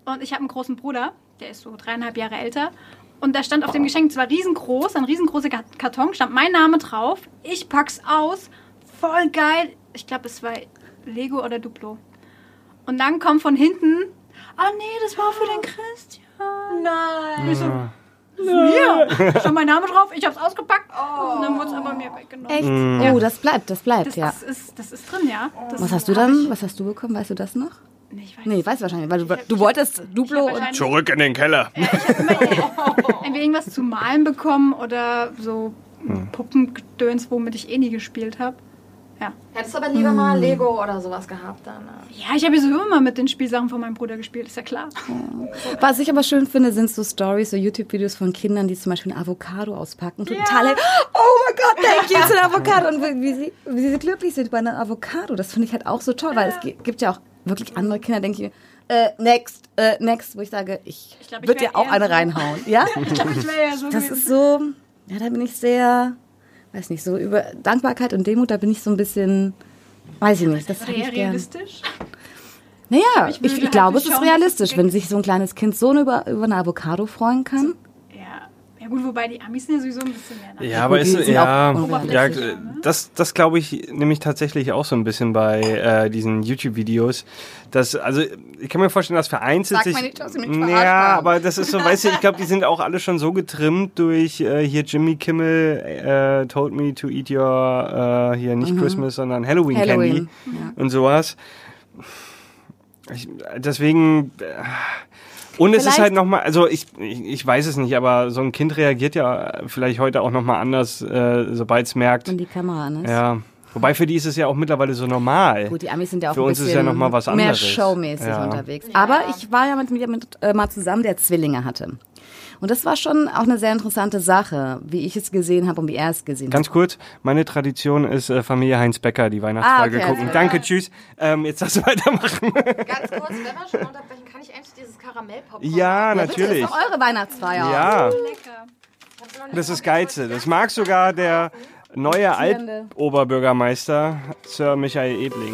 S2: und ich habe einen großen Bruder, der ist so dreieinhalb Jahre älter. Und da stand auf dem Geschenk, es war riesengroß, ein riesengroßer Ka- Karton, stand mein Name drauf. Ich pack's aus, voll geil. Ich glaube, es war Lego oder Duplo. Und dann kommt von hinten, ah nee, das war für den Christian.
S3: Nein.
S2: Ich so, mir. Stand mein Name drauf, ich hab's ausgepackt und dann wurde es aber mir weggenommen.
S4: Echt? Oh, das bleibt, das bleibt,
S2: Das,
S4: Oh. ja.
S2: das, ist, das ist drin, ja. Das
S4: Was hast du
S2: hab
S4: dann, was hast du bekommen, weißt du das noch?
S2: Ich, nee, ich weiß
S4: Nee,
S2: nicht.
S4: weißt du wahrscheinlich, weil du,
S2: hab-
S4: du wolltest Duplo und...
S2: Wahrscheinlich-
S5: Zurück in den Keller.
S2: entweder irgendwas zu malen bekommen oder so
S5: Hm.
S2: Puppengedöns, womit ich eh nie gespielt habe. Ja.
S3: Hättest aber lieber mal
S5: Mm.
S3: Lego oder sowas gehabt dann. ne?
S2: ja, ich habe ja sowieso immer mit den Spielsachen von meinem Bruder gespielt, ist ja
S5: [laughs]
S2: klar.
S4: Was ich aber schön finde, sind so Stories, so YouTube-Videos von Kindern, die zum Beispiel ein Avocado auspacken. Total, happy. oh mein Gott, thank you zu Avocado. Und wie, wie, sie, wie sie glücklich sind bei einem Avocado. Das finde ich halt auch so toll, weil es gi- gibt ja auch wirklich andere Kinder, denke ich, äh, next, äh, next, wo ich sage, ich,
S2: Ich glaub, ich
S4: würde
S2: wär
S4: dir auch
S2: eher
S4: eine
S2: so.
S4: reinhauen.
S2: [laughs]
S4: Ja?
S2: Ich glaube, ich wäre ja so
S4: Das
S2: gewesen.
S4: ist so, ja, da bin ich sehr, weiß nicht, so über Dankbarkeit und Demut, da bin ich so ein bisschen, weiß ich nicht, das habe
S2: Sehr
S4: ich gern.
S2: realistisch.
S4: Naja,
S2: Ich
S4: ich,
S2: würde
S4: ich,
S2: halt
S4: glaube, es
S2: schauen, dass
S4: ist
S2: es
S4: realistisch,
S2: geht.
S4: wenn sich so ein kleines Kind so über, über eine Avocado freuen kann.
S2: Ja. ja, gut, wobei die Amis sind ja sowieso ein bisschen mehr. ne? nach-
S5: Ja, aber
S4: die
S5: ist,
S4: sind
S5: ja,
S4: auch ne?
S5: ja,
S4: unrealistisch,
S5: äh, das, das glaube ich nämlich tatsächlich auch so ein bisschen bei äh, diesen YouTube-Videos. Dass, also ich kann mir vorstellen, dass vereinzelt
S4: Sag
S5: sich.
S4: mal nicht, dass sie mich verarscht
S5: ja,
S4: haben.
S5: aber das ist so, weißt du, ich glaube, die sind auch alle schon so getrimmt durch äh, hier Jimmy Kimmel äh, told me to eat your äh, hier nicht Christmas, sondern Halloween, Candy
S4: Mhm. Halloween,
S5: und sowas. Ich, deswegen. Äh, und es ist
S4: Vielleicht-
S5: halt nochmal, also ich, ich, ich weiß es nicht, aber so ein Kind reagiert ja vielleicht heute auch nochmal anders, äh, sobald es merkt.
S4: Und die Kamera an ist.
S5: Ja. Wobei für die ist es ja auch mittlerweile so normal.
S4: Gut, die Amis sind ja auch
S5: Für
S4: ein
S5: uns
S4: bisschen
S5: ist ja noch mal was
S4: mehr
S5: anderes.
S4: showmäßig
S5: Ja.
S4: unterwegs. Aber ich war ja mit mir mit, äh, mal zusammen, der Zwillinge hatte. Und das war schon auch eine sehr interessante Sache, wie ich es gesehen habe und wie er es gesehen hat.
S5: Ganz kurz, meine Tradition ist äh, Familie Heinz Becker, die Weihnachtsfolge
S4: Ah, okay,
S5: gucken.
S4: alles
S5: Danke, tschüss. Ähm, jetzt darfst du [laughs] weitermachen.
S3: Ganz kurz, wenn wir schon unterbrechen, kann ich eigentlich dieses Karamellpopcorn?
S5: ja,
S4: Das
S5: natürlich.
S4: ist doch eure Weihnachtsfeier.
S5: Ja,
S2: Lecker.
S5: das ist Geize. Das mag sogar der neue
S4: Zierende.
S5: Altoberbürgermeister Sir Michael Ebling.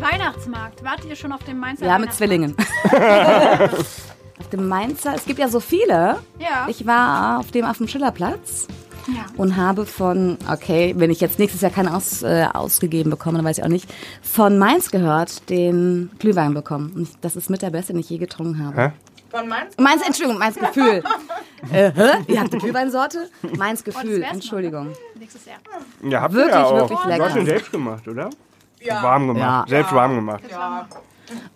S2: Weihnachtsmarkt, wart wart ihr schon auf dem Mainzer
S4: Ja, mit
S2: Weihnachtsmarkt?
S4: Zwillingen. [laughs] auf dem Mainzer, es gibt ja so viele.
S2: Ja.
S4: Ich war auf dem auf dem Schillerplatz
S2: Ja.
S4: und habe von, okay, wenn ich jetzt nächstes Jahr keinen aus, äh, ausgegeben bekomme, dann weiß ich auch nicht, von Mainz gehört, den Glühwein bekommen. Und ich, das ist mit der beste, den ich je getrunken habe.
S3: Von Mainz?
S4: Meins, Entschuldigung,
S2: [laughs]
S4: meins Gefühl. äh, hä? Ihr habt eine Glühweinsorte? Meins
S2: Oh, wär's
S4: Gefühl,
S2: noch.
S4: Entschuldigung.
S2: Nächstes Jahr.
S5: Ja, habt
S4: Wirklich,
S5: ihr ja auch.
S4: wirklich lecker.
S5: Du hast den selbst gemacht, oder? Ja. Warm gemacht.
S4: Ja.
S5: Selbst warm gemacht.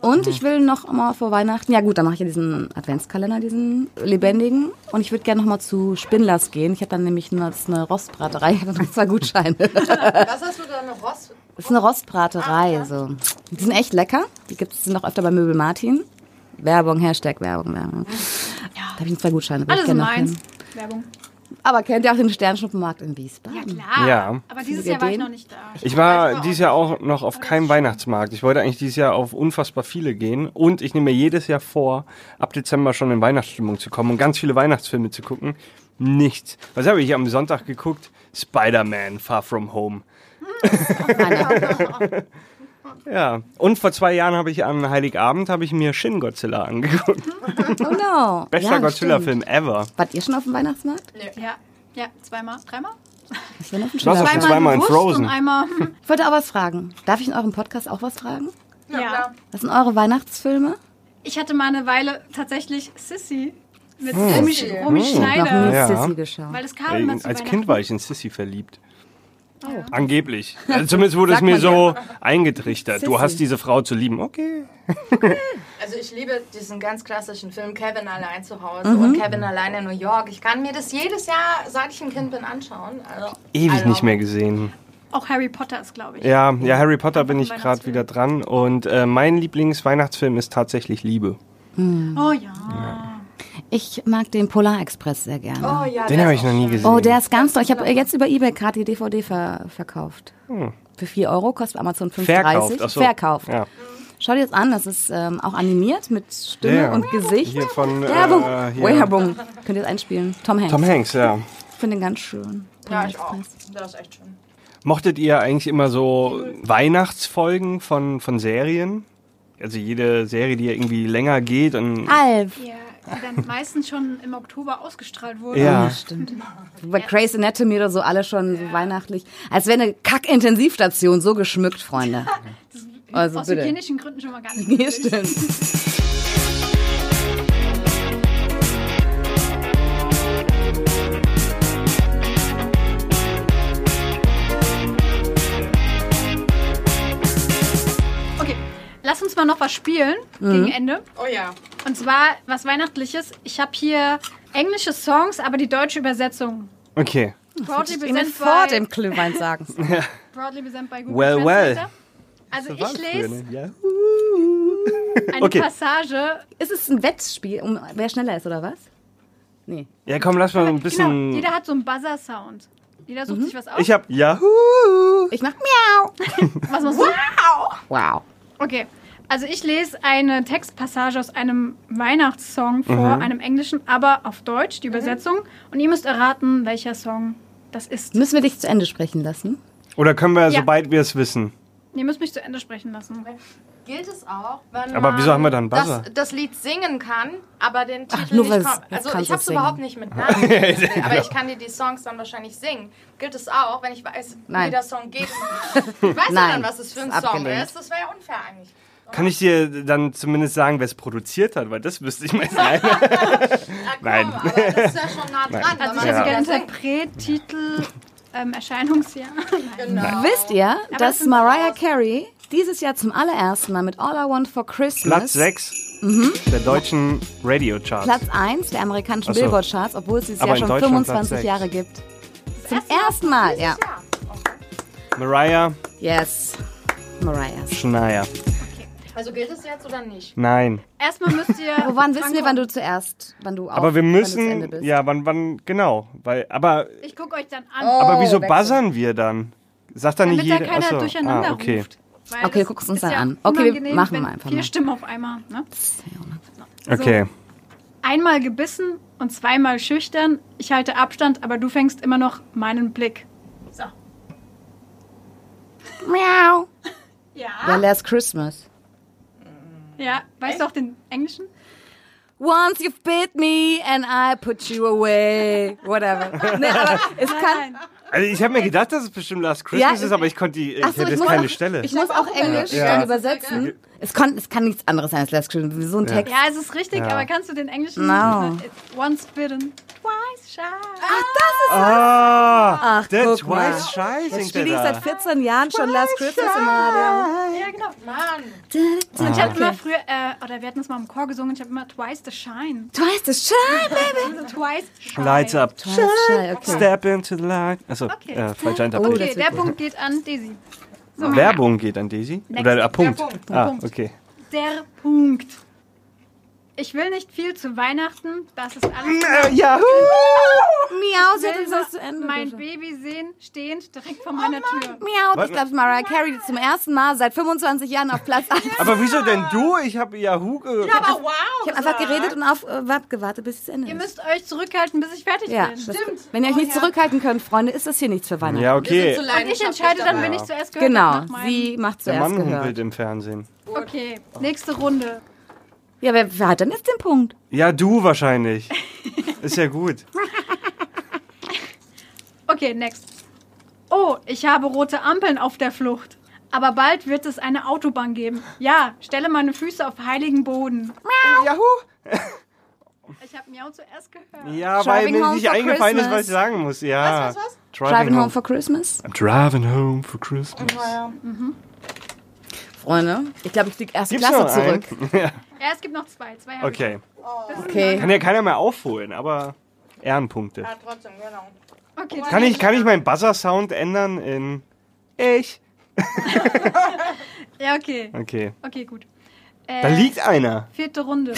S4: Und ich will noch mal vor Weihnachten, ja gut, dann mache ich ja diesen Adventskalender, diesen lebendigen. Und ich würde gerne noch mal zu Spindlers gehen. Ich habe dann nämlich nur das ist eine Rostbraterei, [laughs] ich habe noch zwei Gutscheine. Das
S3: Was hast du da eine Ross?
S4: ist eine Rostbraterei. So. Die sind echt lecker. Die gibt's sind auch öfter bei Möbel Martin. Werbung, Hashtag Werbung, Werbung. Da habe ich zwei Gutscheine. würde
S2: Alles
S4: ich
S2: in
S4: gerne noch
S2: Mainz.
S4: hin.
S2: Werbung.
S4: Aber kennt ihr auch den Sternschnuppenmarkt in Wiesbaden?
S2: Ja, klar.
S5: Ja.
S2: Aber dieses
S4: ihr
S2: Jahr war ich
S4: den?
S2: noch nicht da.
S5: Ich war dieses Jahr auch noch auf keinem Weihnachtsmarkt. Ich wollte eigentlich dieses Jahr auf unfassbar viele gehen. Und ich nehme mir jedes Jahr vor, ab Dezember schon in Weihnachtsstimmung zu kommen und ganz viele Weihnachtsfilme zu gucken. Nichts. Was habe ich am Sonntag geguckt? Spider-Man Far From Home. ja. Und vor zwei Jahren habe ich am Heiligabend habe ich mir Shin Godzilla angeguckt.
S4: Oh no.
S5: Bester
S4: Ja,
S5: Godzilla-Film ever.
S4: stimmt. Wart ihr schon auf dem Weihnachtsmarkt?
S2: Ja. Ja, zweimal, dreimal?
S4: Ich bin auf dem
S5: Du warst auch schon
S4: Schillerplatz.
S5: zweimal in
S2: bewusst
S5: Frozen.
S2: und einmal. hm,
S4: Ich wollte auch was fragen. Darf ich in eurem Podcast auch was fragen?
S2: Ja.
S4: Was sind eure Weihnachtsfilme?
S2: Ich hatte mal eine Weile tatsächlich Sissy mit
S5: Hm.
S2: Romy, Sch- Romy
S4: Noch nie
S2: Schneider.
S5: Ja.
S4: Sissy geschaut.
S2: Weil es kam immer Ah, zu
S5: als
S2: Weihnachten.
S5: Kind war ich in Sissy verliebt. Angeblich. Also zumindest wurde es mir
S4: man
S5: so eingetrichtert. Du
S4: Sissy.
S5: hast diese Frau zu lieben. Okay.
S3: Also ich liebe diesen ganz klassischen Film Kevin allein zu Hause
S5: Mhm.
S3: und Kevin allein in New York. Ich kann mir das jedes Jahr, seit ich ein Kind bin, anschauen. Also,
S5: Ewig
S3: also-
S5: nicht mehr gesehen.
S2: Auch Harry Potter ist, glaube ich.
S5: Ja, ja, Harry Potter bin ich gerade
S2: Weihnachtsfilm.
S5: wieder dran. Und äh, mein Lieblingsweihnachtsfilm ist tatsächlich Liebe.
S2: Oh ja.
S4: Ich mag den Polar Express sehr gerne.
S3: Oh ja,
S5: Den
S3: der
S5: habe
S3: ist
S5: ich noch nie gesehen.
S4: Oh, der ist ganz toll. Ich habe jetzt über Ebay gerade die DVD ver verkauft. Für 4 Euro kostet Amazon 5,30.
S5: Hm. Verkauft. Ach so.
S4: Verkauft.
S5: Ja.
S4: Schau dir das an, das ist ähm, auch animiert mit Stimme
S5: Ja.
S4: und Gesicht.
S5: Hier von äh,
S4: Werbung. Oh,
S5: hier.
S4: Werbung. Könnt ihr das einspielen? Tom Hanks.
S5: Tom Hanks, ja.
S4: Ich finde den ganz schön.
S3: Ja,
S4: Polar
S3: ich auch.
S4: Express.
S3: Der ist echt schön.
S5: Mochtet ihr eigentlich immer so Weihnachtsfolgen von, von Serien? Also jede Serie, die irgendwie länger geht und
S4: Alf.
S2: Ja, die dann meistens schon im Oktober ausgestrahlt wurde.
S5: Ja.
S4: Ja, stimmt. Bei Grey's Anatomy oder so alle schon so weihnachtlich. Als wäre eine Kack-Intensivstation so geschmückt, Freunde. Also
S2: Aus
S4: bitte.
S2: hygienischen Gründen schon mal gar nicht.
S4: Nee, stimmt.
S2: Okay, lass uns mal noch was spielen
S4: Mhm.
S2: gegen Ende.
S3: Oh ja.
S2: Und zwar was Weihnachtliches. Ich habe hier englische Songs, aber die deutsche Übersetzung.
S5: okay.
S2: Broadly
S4: Ich bin
S2: present
S4: vor
S2: by,
S4: dem Glühwein sagen.
S2: broadly present by Google
S5: Well, well.
S2: Translator. Also
S5: Das
S2: ich
S5: war's früher,
S2: lese
S5: ne? Ja.
S2: eine
S5: Okay.
S2: Passage.
S4: Ist es ein Wettspiel, um wer schneller ist oder was? Nee.
S5: Ja, komm, lass mal ein
S2: Genau,
S5: bisschen. Mhm.
S2: jeder hat so einen Buzzer-Sound. Jeder sucht sich was aus.
S5: ich hab Yahoo!
S4: Ich mach miau.
S2: was machst du?
S4: Wow.
S2: Okay. Also ich lese eine Textpassage aus einem Weihnachtssong
S5: Mhm.
S2: vor, einem englischen, aber auf Deutsch, die Übersetzung. Und ihr müsst erraten, welcher Song das ist.
S4: Müssen wir dich zu Ende sprechen lassen?
S5: Oder können wir,
S2: Ja.
S5: sobald wir es wissen?
S2: Ihr müsst mich zu Ende sprechen lassen.
S3: Gilt es auch, wenn
S5: Aber
S3: man
S5: wieso haben wir dann Buzzer?
S3: Das, das Lied singen kann, aber den Titel
S4: nur
S3: nicht
S4: weil's-
S3: kommt.
S4: jetzt
S3: Also
S4: kannst
S3: ich
S4: du's
S3: hab's
S4: singen.
S3: überhaupt nicht
S4: [laughs]
S3: mit Namen, gesehen,
S5: genau.
S3: aber ich kann dir die Songs dann wahrscheinlich singen. Gilt es auch, wenn ich weiß, wie
S4: Nein.
S3: der Song
S4: [laughs]
S3: geht? Weißt du dann,
S4: Nein,
S3: was es für ein
S4: ist
S3: Song
S4: abgelehnt.
S3: ist? Das wäre ja unfair eigentlich.
S5: Kann ich dir dann zumindest sagen, wer es produziert hat? Weil das wüsste ich mal.
S2: [laughs]
S5: Nein.
S3: Ja, komm,
S5: Nein.
S3: aber das ist ja schon nah dran. wenn
S2: Also
S3: man
S2: ich habe
S5: Ja.
S2: sogar
S3: das
S2: Interpret, Titel, ähm, Erscheinungsjahr. [laughs]
S3: singt. Genau.
S4: Wisst ihr, dass
S2: das ist
S4: Mariah Carey dieses Jahr zum allerersten Mal mit All I Want for
S5: Platz
S4: Christmas
S5: 6
S2: Mhm.
S5: der deutschen Radio-Charts.
S4: Platz 1 der amerikanischen
S5: Ach so.
S4: Billboard-Charts, obwohl es dieses
S5: Aber
S4: Jahr
S5: in
S4: schon
S5: Deutschland Platz
S4: 25
S5: sechs.
S4: Jahre gibt. Zum ersten Mal, ja.
S5: Mariah
S4: Yes. Mariah.
S5: Schneier.
S3: Also gilt es jetzt oder nicht?
S5: Nein.
S2: Erstmal müsst ihr.
S4: Wo wann wissen wir,
S2: drankommen.
S4: wann du zuerst, wann du auf,
S5: Aber wir
S4: wann du zu Ende
S5: müssen.
S4: bist?
S5: Ja, wann, wann, genau. Weil, aber,
S2: Ich gucke euch dann an,
S5: aber wieso
S4: wechseln.
S5: buzzern wir dann? Sagt dann
S2: Oh, damit
S5: nicht
S2: da
S5: jeder.
S2: keiner
S5: Achso,
S2: durcheinander
S5: ah, okay.
S2: ruft. Weil
S4: Okay,
S2: das
S4: guck's uns
S2: ist
S4: dann
S2: ja
S4: an. Okay, wir
S2: unangenehm,
S4: machen
S2: wenn
S4: wir einfach
S2: Vier
S4: mal.
S2: Stimmen auf einmal. Ne? Also
S5: Okay.
S2: Einmal gebissen und zweimal schüchtern. Ich halte Abstand, aber du fängst immer noch meinen Blick. So.
S4: Miau.
S2: Ja.
S4: Ja, Last Christmas.
S2: Ja, weißt du auch den englischen?
S4: Once you've bit me and I put you away.
S5: [laughs]
S4: Whatever. Nee, aber es kann. [laughs]
S2: Nein.
S5: Also ich habe mir gedacht, dass es bestimmt Last Christmas
S4: Ja,
S5: ist, aber ich konnte die, ich
S4: Ach so,
S5: hätte jetzt
S4: muss
S5: keine
S4: auch,
S5: Stelle.
S4: Ich muss auch Englisch
S5: Ja.
S4: dann
S5: Ja.
S4: übersetzen. Es, kann, es kann nichts anderes sein als Last Christmas. So ein Text.
S2: Ja, es ist richtig, aber kannst du den englischen?
S4: No.
S2: Once bitten, twice shy.
S5: ah,
S4: Ach,
S5: that's
S4: guck mal.
S5: why Shy
S4: Jetzt
S5: singt
S4: spiele ich
S5: er
S4: seit
S5: da. Ah.
S4: 14 Jahren schon Last Christmas im Radio.
S2: Ja, genau.
S3: Mann.
S2: Und
S4: Ah,
S2: ich habe immer früher, äh, oder wir hatten das mal im Chor gesungen, ich habe immer Twice the Shine.
S4: Du weißt es, Shine, baby.
S2: Also Twice Shine.
S5: Lights up.
S4: Shine, okay. Oh,
S5: Step into the light. Achso,
S2: Okay.
S5: äh, falscher
S2: Okay,
S5: Interpret.
S4: wird
S2: der
S4: gut.
S2: Punkt geht an Daisy. So,
S5: Werbung geht an Daisy?
S2: Next.
S5: Oder ah, Punkt.
S3: Der Punkt.
S5: Ah,
S2: Punkt.
S5: okay.
S2: Der Punkt. Ich will nicht viel zu Weihnachten, das ist alles.
S5: Äh, ja.
S4: Miau,
S2: Ich
S4: Sättel,
S2: will
S4: sagst du
S2: nur
S4: Ende.
S2: mein
S4: bitte. Oh
S2: Baby sehen, stehend direkt vor meiner Tür.
S4: Miau, ich
S5: Warte.
S4: glaube, Mariah Carey zum ersten Mal seit 25 Jahren auf Platz 1.
S5: Aber wieso denn du? Ich habe Yahoo. ge-
S3: Aber wow.
S4: Ich habe einfach geredet und auf äh, Web gewartet, bis es Ende
S2: Ihr
S4: ist.
S2: müsst euch zurückhalten, bis ich fertig
S4: Ja,
S2: bin.
S4: das- Wenn
S2: Oh
S4: ihr euch nicht zurückhalten könnt, Freunde, ist das hier nichts für Weihnachten.
S5: Ja,
S3: Wir
S5: okay.
S3: sind zu
S2: Und ich entscheide dann, wen ich zuerst gehört
S4: Genau,
S2: habe. nach meinem-
S4: sie macht
S5: Der
S4: zuerst
S5: Mann humpelt
S4: gehört.
S5: im Fernsehen.
S2: Okay, nächste Runde.
S4: Ja, wer, wer hat denn jetzt den Punkt?
S5: Ja,
S4: [laughs]
S5: du wahrscheinlich. Ist ja gut.
S2: Okay, next. Oh, ich habe rote Ampeln auf der Flucht. Aber bald wird es eine Autobahn geben. Ja, stelle meine Füße auf heiligen Boden.
S5: Yahoo!
S2: Ich habe Miau zuerst gehört.
S5: Ja,
S4: Driving
S5: weil mir
S4: home
S5: nicht
S4: for
S5: eingefallen ist,
S4: Christmas.
S5: was ich sagen muss. Ja.
S3: Was, was, was?
S4: Driving
S5: genau.
S4: Home for Christmas?
S5: I'm driving home for Christmas.
S4: Freunde, ich glaube, ich fliege erste
S5: Gibt's
S4: Klasse
S5: noch einen? [laughs]
S4: zurück.
S2: Ja, es gibt noch zwei. Zwei habe
S5: Okay.
S4: Okay.
S5: Kann ja keiner mehr aufholen, aber Ehrenpunkte.
S3: Ja, trotzdem, genau.
S2: ich. Okay,
S5: Kann ich, kann ich meinen Buzzer-Sound ändern in Ich?
S2: Ja, okay.
S5: Okay.
S2: Okay, gut.
S5: Da
S2: Äh,
S5: liegt einer.
S2: Vierte Runde.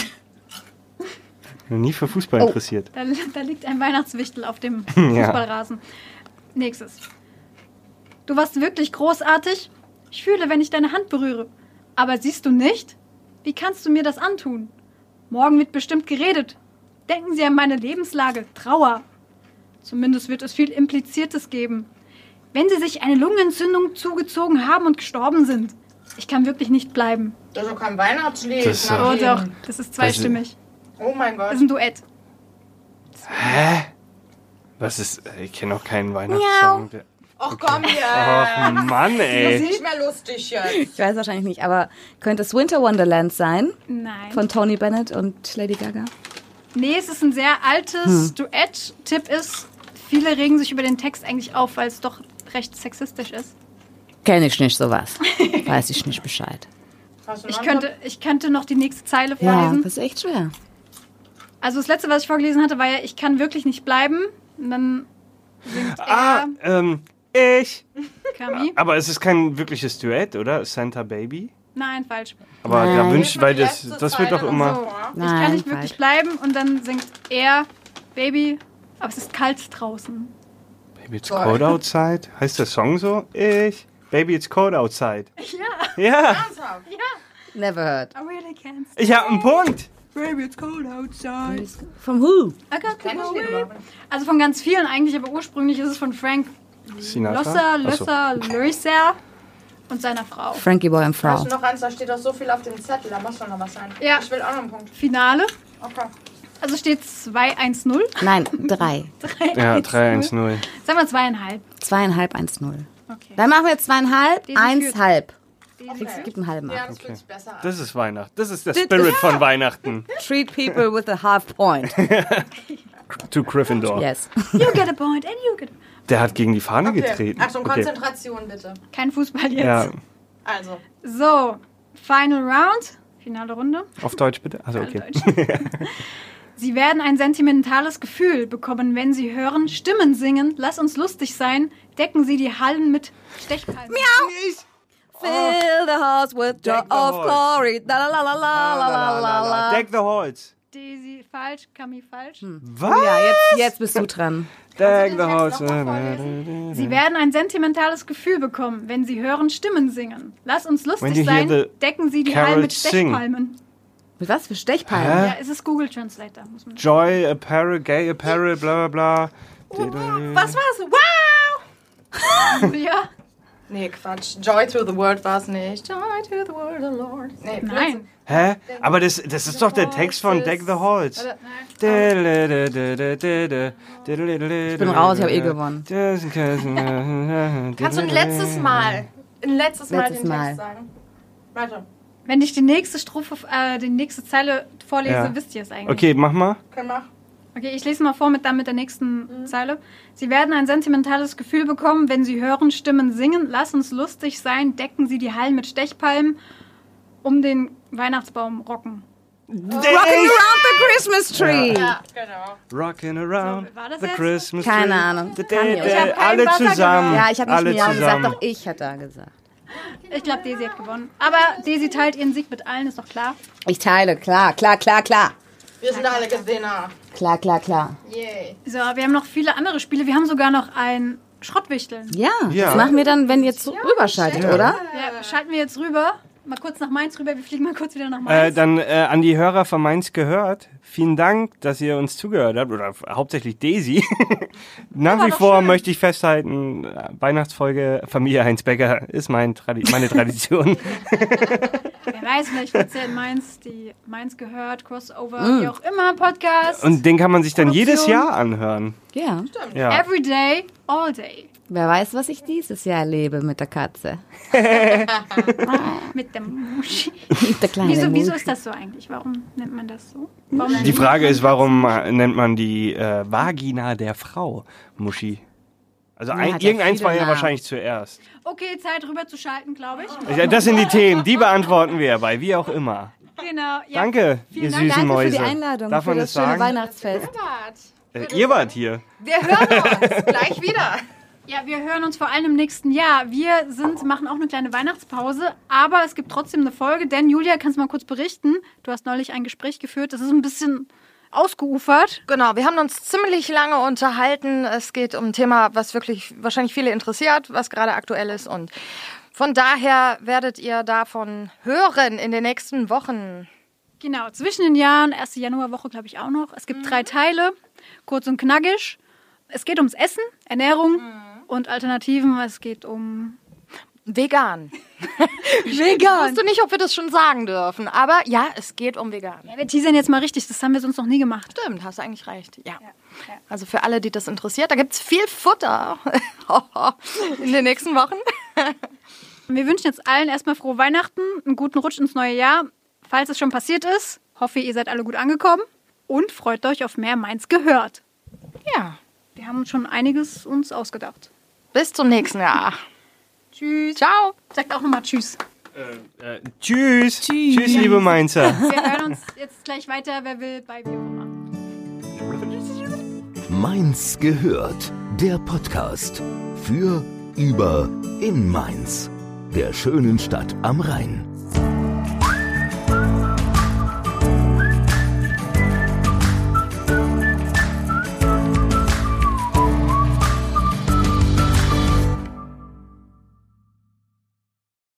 S5: Noch nie für Fußball interessiert.
S2: Da, li- da liegt ein Weihnachtswichtel auf [laughs] dem
S5: Ja.
S2: Fußballrasen. Nächstes. Du warst wirklich großartig. Ich fühle, wenn ich deine Hand berühre. Aber siehst du nicht? Wie kannst du mir das antun? Morgen wird bestimmt geredet. Denken Sie an meine Lebenslage. Trauer. Zumindest wird es viel Impliziertes geben. Wenn Sie sich eine Lungenentzündung zugezogen haben und gestorben sind. Ich kann wirklich nicht bleiben.
S3: Das ist doch kein Weihnachtslied.
S5: Das ist
S2: Oh
S3: Nadine.
S2: doch, das ist zweistimmig.
S3: Oh mein
S2: Das
S3: Gott.
S2: ist ein Duett.
S5: Was ist. äh, Ich kenne auch keinen Weihnachtssong. der-
S3: Och komm hier.
S5: Ach Mann, ey.
S3: Nicht mehr lustig jetzt.
S4: Ich weiß wahrscheinlich nicht, aber könnte es Winter Wonderland sein?
S2: Nein.
S4: Von Tony Bennett und Lady Gaga?
S2: Nee, es ist ein sehr
S4: Hm.
S2: altes Duett. Tipp ist, viele regen sich über den Text eigentlich auf, weil es doch recht sexistisch ist.
S4: Kenne ich
S2: [laughs]
S4: nicht sowas. Weiß ich nicht Bescheid.
S3: Hast du
S2: Ich
S3: noch
S2: könnte, ich könnte noch die nächste Zeile
S4: Ja,
S2: vorlesen.
S4: das ist echt schwer.
S2: Also das letzte, was ich vorgelesen hatte, war ja, ich kann wirklich nicht bleiben. Und dann singt
S5: Ah,
S2: er,
S5: ähm, ich.
S4: [laughs]
S2: Kami.
S5: Aber es ist kein wirkliches Duett, oder? Santa Baby?
S2: Nein, falsch.
S5: Aber da
S4: Nein.
S5: wünscht, weil
S3: die
S5: das,
S3: letzte
S5: das wird doch
S3: Zeile
S5: immer.
S2: So, ich
S4: Nein,
S2: kann nicht wirklich
S4: falsch.
S2: bleiben. Und dann singt er, Baby, aber es ist kalt draußen.
S5: Baby, it's cold outside. Heißt der Song so? Ich. Baby, it's cold outside.
S2: Ja,
S5: Ja,
S3: Ernsthaft?
S4: Never heard.
S2: I really can't. stay.
S5: ich habe einen Punkt.
S2: Baby, it's cold outside.
S4: From who?
S2: I got to
S3: Kenn ich
S2: go
S3: den
S2: away.
S3: überhaupt nicht.
S2: Also von ganz vielen eigentlich, aber ursprünglich ist es von Frank
S5: Sinatra.
S2: Losser,
S5: Achso.
S2: Lösser, Lösser und seiner Frau.
S4: Frankie Boy and Frau.
S3: Hast du noch eins? Da steht doch so viel auf dem Zettel. Da muss doch noch was sein.
S2: Ja.
S3: Ich will auch noch einen Punkt.
S2: Finale,
S3: Okay.
S2: also steht 2-1-0.
S4: Nein, drei.
S5: Ja, 3-1-0.
S2: Sagen wir zweieinhalb.
S4: Zweieinhalb, eins, null.
S2: Okay.
S4: Dann machen wir zweieinhalb,
S2: Diese
S4: eins,
S2: führt.
S4: halb.
S3: Okay.
S4: Ich gebe einen halben
S3: Ja,
S4: ab.
S3: das fühlt sich besser an.
S5: Ah, Das ist Weihnachten. Das ist der Spirit von Weihnachten.
S4: Treat people with a half point.
S5: To Gryffindor.
S4: Yes.
S2: You get a point and you get a...
S5: Der hat gegen die Fahne
S3: Okay.
S5: getreten.
S3: Achtung, Konzentration bitte.
S2: Kein Fußball jetzt.
S5: Ja,
S3: Also,
S2: So, Final Round, finale Runde.
S5: auf Deutsch bitte. Also okay. [laughs]
S2: Sie werden ein sentimentales Gefühl bekommen, wenn Sie hören, Stimmen singen, lass uns lustig sein, decken Sie die Hallen mit Stechpalmen.
S4: Fill the house with joy
S5: Deck the
S4: of
S5: halls.
S4: glory. La la la la la la la la.
S5: Deck the halls.
S2: Daisy falsch, Kami falsch.
S5: Was?
S4: Ja, jetzt, jetzt bist du dran.
S5: Deck the
S3: Kannst
S5: halls.
S3: du den Text noch mal
S2: Sie werden ein sentimentales Gefühl bekommen, wenn Sie hören Stimmen singen. Lass uns
S5: When
S2: lustig
S5: you
S2: sein,
S5: hear the
S2: decken Sie die
S5: carrots
S2: Hallen mit
S5: sing.
S2: Stechpalmen.
S4: Mit was für Stechpalmen?
S2: Ja, es ist Google Translator. Muss man
S5: Joy Apparel, Gay Apparel, bla bla bla.
S3: [laughs] was war's? Wow!
S2: ja,
S3: Nee, Quatsch. Joy to the world war es nicht. Joy to the world, the Lord. Also, Nee,
S2: Nein.
S5: Hä? Aber das, das ist doch der Text von Deck the Halls. Ich bin
S4: bin raus, ich hab eh gewonnen.
S5: Kannst
S3: Kannst du ein letztes Mal, ein letztes Mal
S4: Letztes
S3: den
S4: Mal.
S3: Text sagen? Warte,
S2: Wenn ich die nächste Strophe, äh, die nächste Zeile vorlese,
S5: Ja.
S2: wisst ihr es eigentlich.
S5: [laughs] Okay, mach mal.
S3: können wir.
S2: Okay, ich lese mal vor mit, dann mit der
S3: Mhm.
S2: nächsten Zeile. Sie werden ein sentimentales Gefühl bekommen, wenn Sie hören Stimmen singen. Lass uns lustig sein, decken Sie die Hallen mit Stechpalmen, um den Weihnachtsbaum rocken.
S4: Rocking around the Christmas tree.
S3: Ja, genau.
S5: Rockin' around
S2: So, war das
S5: the
S2: jetzt?
S5: Christmas tree.
S4: Keine Ahnung.
S5: Da, da,
S4: Kann
S5: da,
S4: ich.
S3: hab keinen
S5: alle
S3: Wasser
S5: zusammen.
S4: Ja, ich habe
S5: alle
S4: nicht Mia gesagt,
S5: zusammen.
S4: doch ich hätte da gesagt.
S2: Ich glaube, Daisy hat gewonnen. Aber Daisy teilt ihren Sieg mit allen, ist doch klar.
S4: Ich teile, klar, klar, klar, klar.
S3: Wir sind alle Gewinner.
S4: Klar, klar, klar.
S3: Yay.
S2: So, wir haben noch viele andere Spiele. Wir haben sogar noch ein Schrottwichteln.
S4: Ja,
S5: Ja.
S4: das machen wir dann, wenn ihr jetzt so rüberschaltet, oder?
S2: Ja, schalten wir jetzt rüber. Mal kurz nach Mainz rüber. Wir fliegen mal kurz wieder nach
S5: Äh,
S2: Mainz.
S5: dann äh, an die Hörer von Mainz gehört. Vielen Dank, dass ihr uns zugehört habt. Oder f- hauptsächlich Daisy. [laughs] Nach wie
S2: doch
S5: vor
S2: schön.
S5: möchte ich festhalten, äh, Weihnachtsfolge Familie Heinz Becker ist mein Tradi meine Tradition.
S2: Wer weiß, vielleicht wird ja in Mainz die Mainz gehört, Crossover, wie auch immer, Podcast.
S5: Mm. Und den kann man sich dann jedes
S2: Produktion.
S5: Jahr anhören.
S4: Ja.
S5: Ja.
S2: Every day, all day.
S4: Wer weiß, was ich dieses Jahr erlebe mit der Katze.
S2: Mit dem Muschi.
S4: [laughs] Mit der kleinen
S2: Wieso,
S4: Mut.
S2: wieso ist das so eigentlich? Warum nennt man das so? Warum nennt
S5: Die
S2: man-
S5: Frage ist, warum äh, nennt man die äh, Vagina der Frau Muschi? Also ein,
S4: hat ja
S5: irgendeins
S4: viele
S5: war ja
S4: Namen.
S5: wahrscheinlich zuerst.
S2: Okay, Zeit rüberzuschalten, glaube ich.
S5: Ja, Das sind die Themen, die beantworten wir bei, wie auch immer.
S2: Genau. Ja.
S5: Danke, ihr süßen
S4: Danke
S5: Mäuse.
S4: für die Einladung,
S5: Darf
S4: für
S5: man
S4: das,
S5: das
S4: schöne
S5: sagen?
S4: Weihnachtsfest.
S5: Äh, ihr wart hier.
S3: Wir hören [laughs] uns gleich wieder.
S2: Ja, wir hören uns vor allem im nächsten Jahr. Wir sind, machen auch eine kleine Weihnachtspause, aber es gibt trotzdem eine Folge, denn Julia, kannst du mal kurz berichten? Du hast neulich ein Gespräch geführt, das ist ein bisschen ausgeufert.
S3: Genau, wir haben uns ziemlich lange unterhalten. Es geht um ein Thema, was wirklich wahrscheinlich viele interessiert, was gerade aktuell ist. Und von daher werdet ihr davon hören in den nächsten Wochen.
S2: Genau, zwischen den Jahren, erste Januarwoche glaube ich auch noch. Es gibt drei Teile, kurz und knackig. Es geht ums Essen, Ernährung und Alternativen. Es geht um
S3: [laughs] Vegan.
S2: Vegan.
S3: Weißt du nicht, ob wir das schon sagen dürfen, aber ja, es geht um vegan.
S2: Ja, wir teasern jetzt mal richtig, das haben wir sonst noch nie gemacht.
S3: Stimmt, hast du eigentlich recht. Ja. Also für alle, die das interessiert, da gibt es viel Futter [laughs] in den nächsten Wochen.
S2: Wir wünschen jetzt allen erstmal frohe Weihnachten, einen guten Rutsch ins neue Jahr. Falls es schon passiert ist, hoffe ihr seid alle gut angekommen und freut euch auf mehr Mainz gehört.
S3: Ja.
S2: Wir haben uns schon einiges uns ausgedacht.
S3: Bis zum nächsten Jahr.
S2: Tschüss.
S3: Ciao.
S2: Sagt auch nochmal Tschüss.
S5: Äh, tschüss. Tschüss. liebe Mainzer.
S2: Wir hören uns jetzt gleich weiter, wer will, bei wie auch immer.
S1: Mainz gehört, der Podcast für, über, in Mainz, der schönen Stadt am Rhein.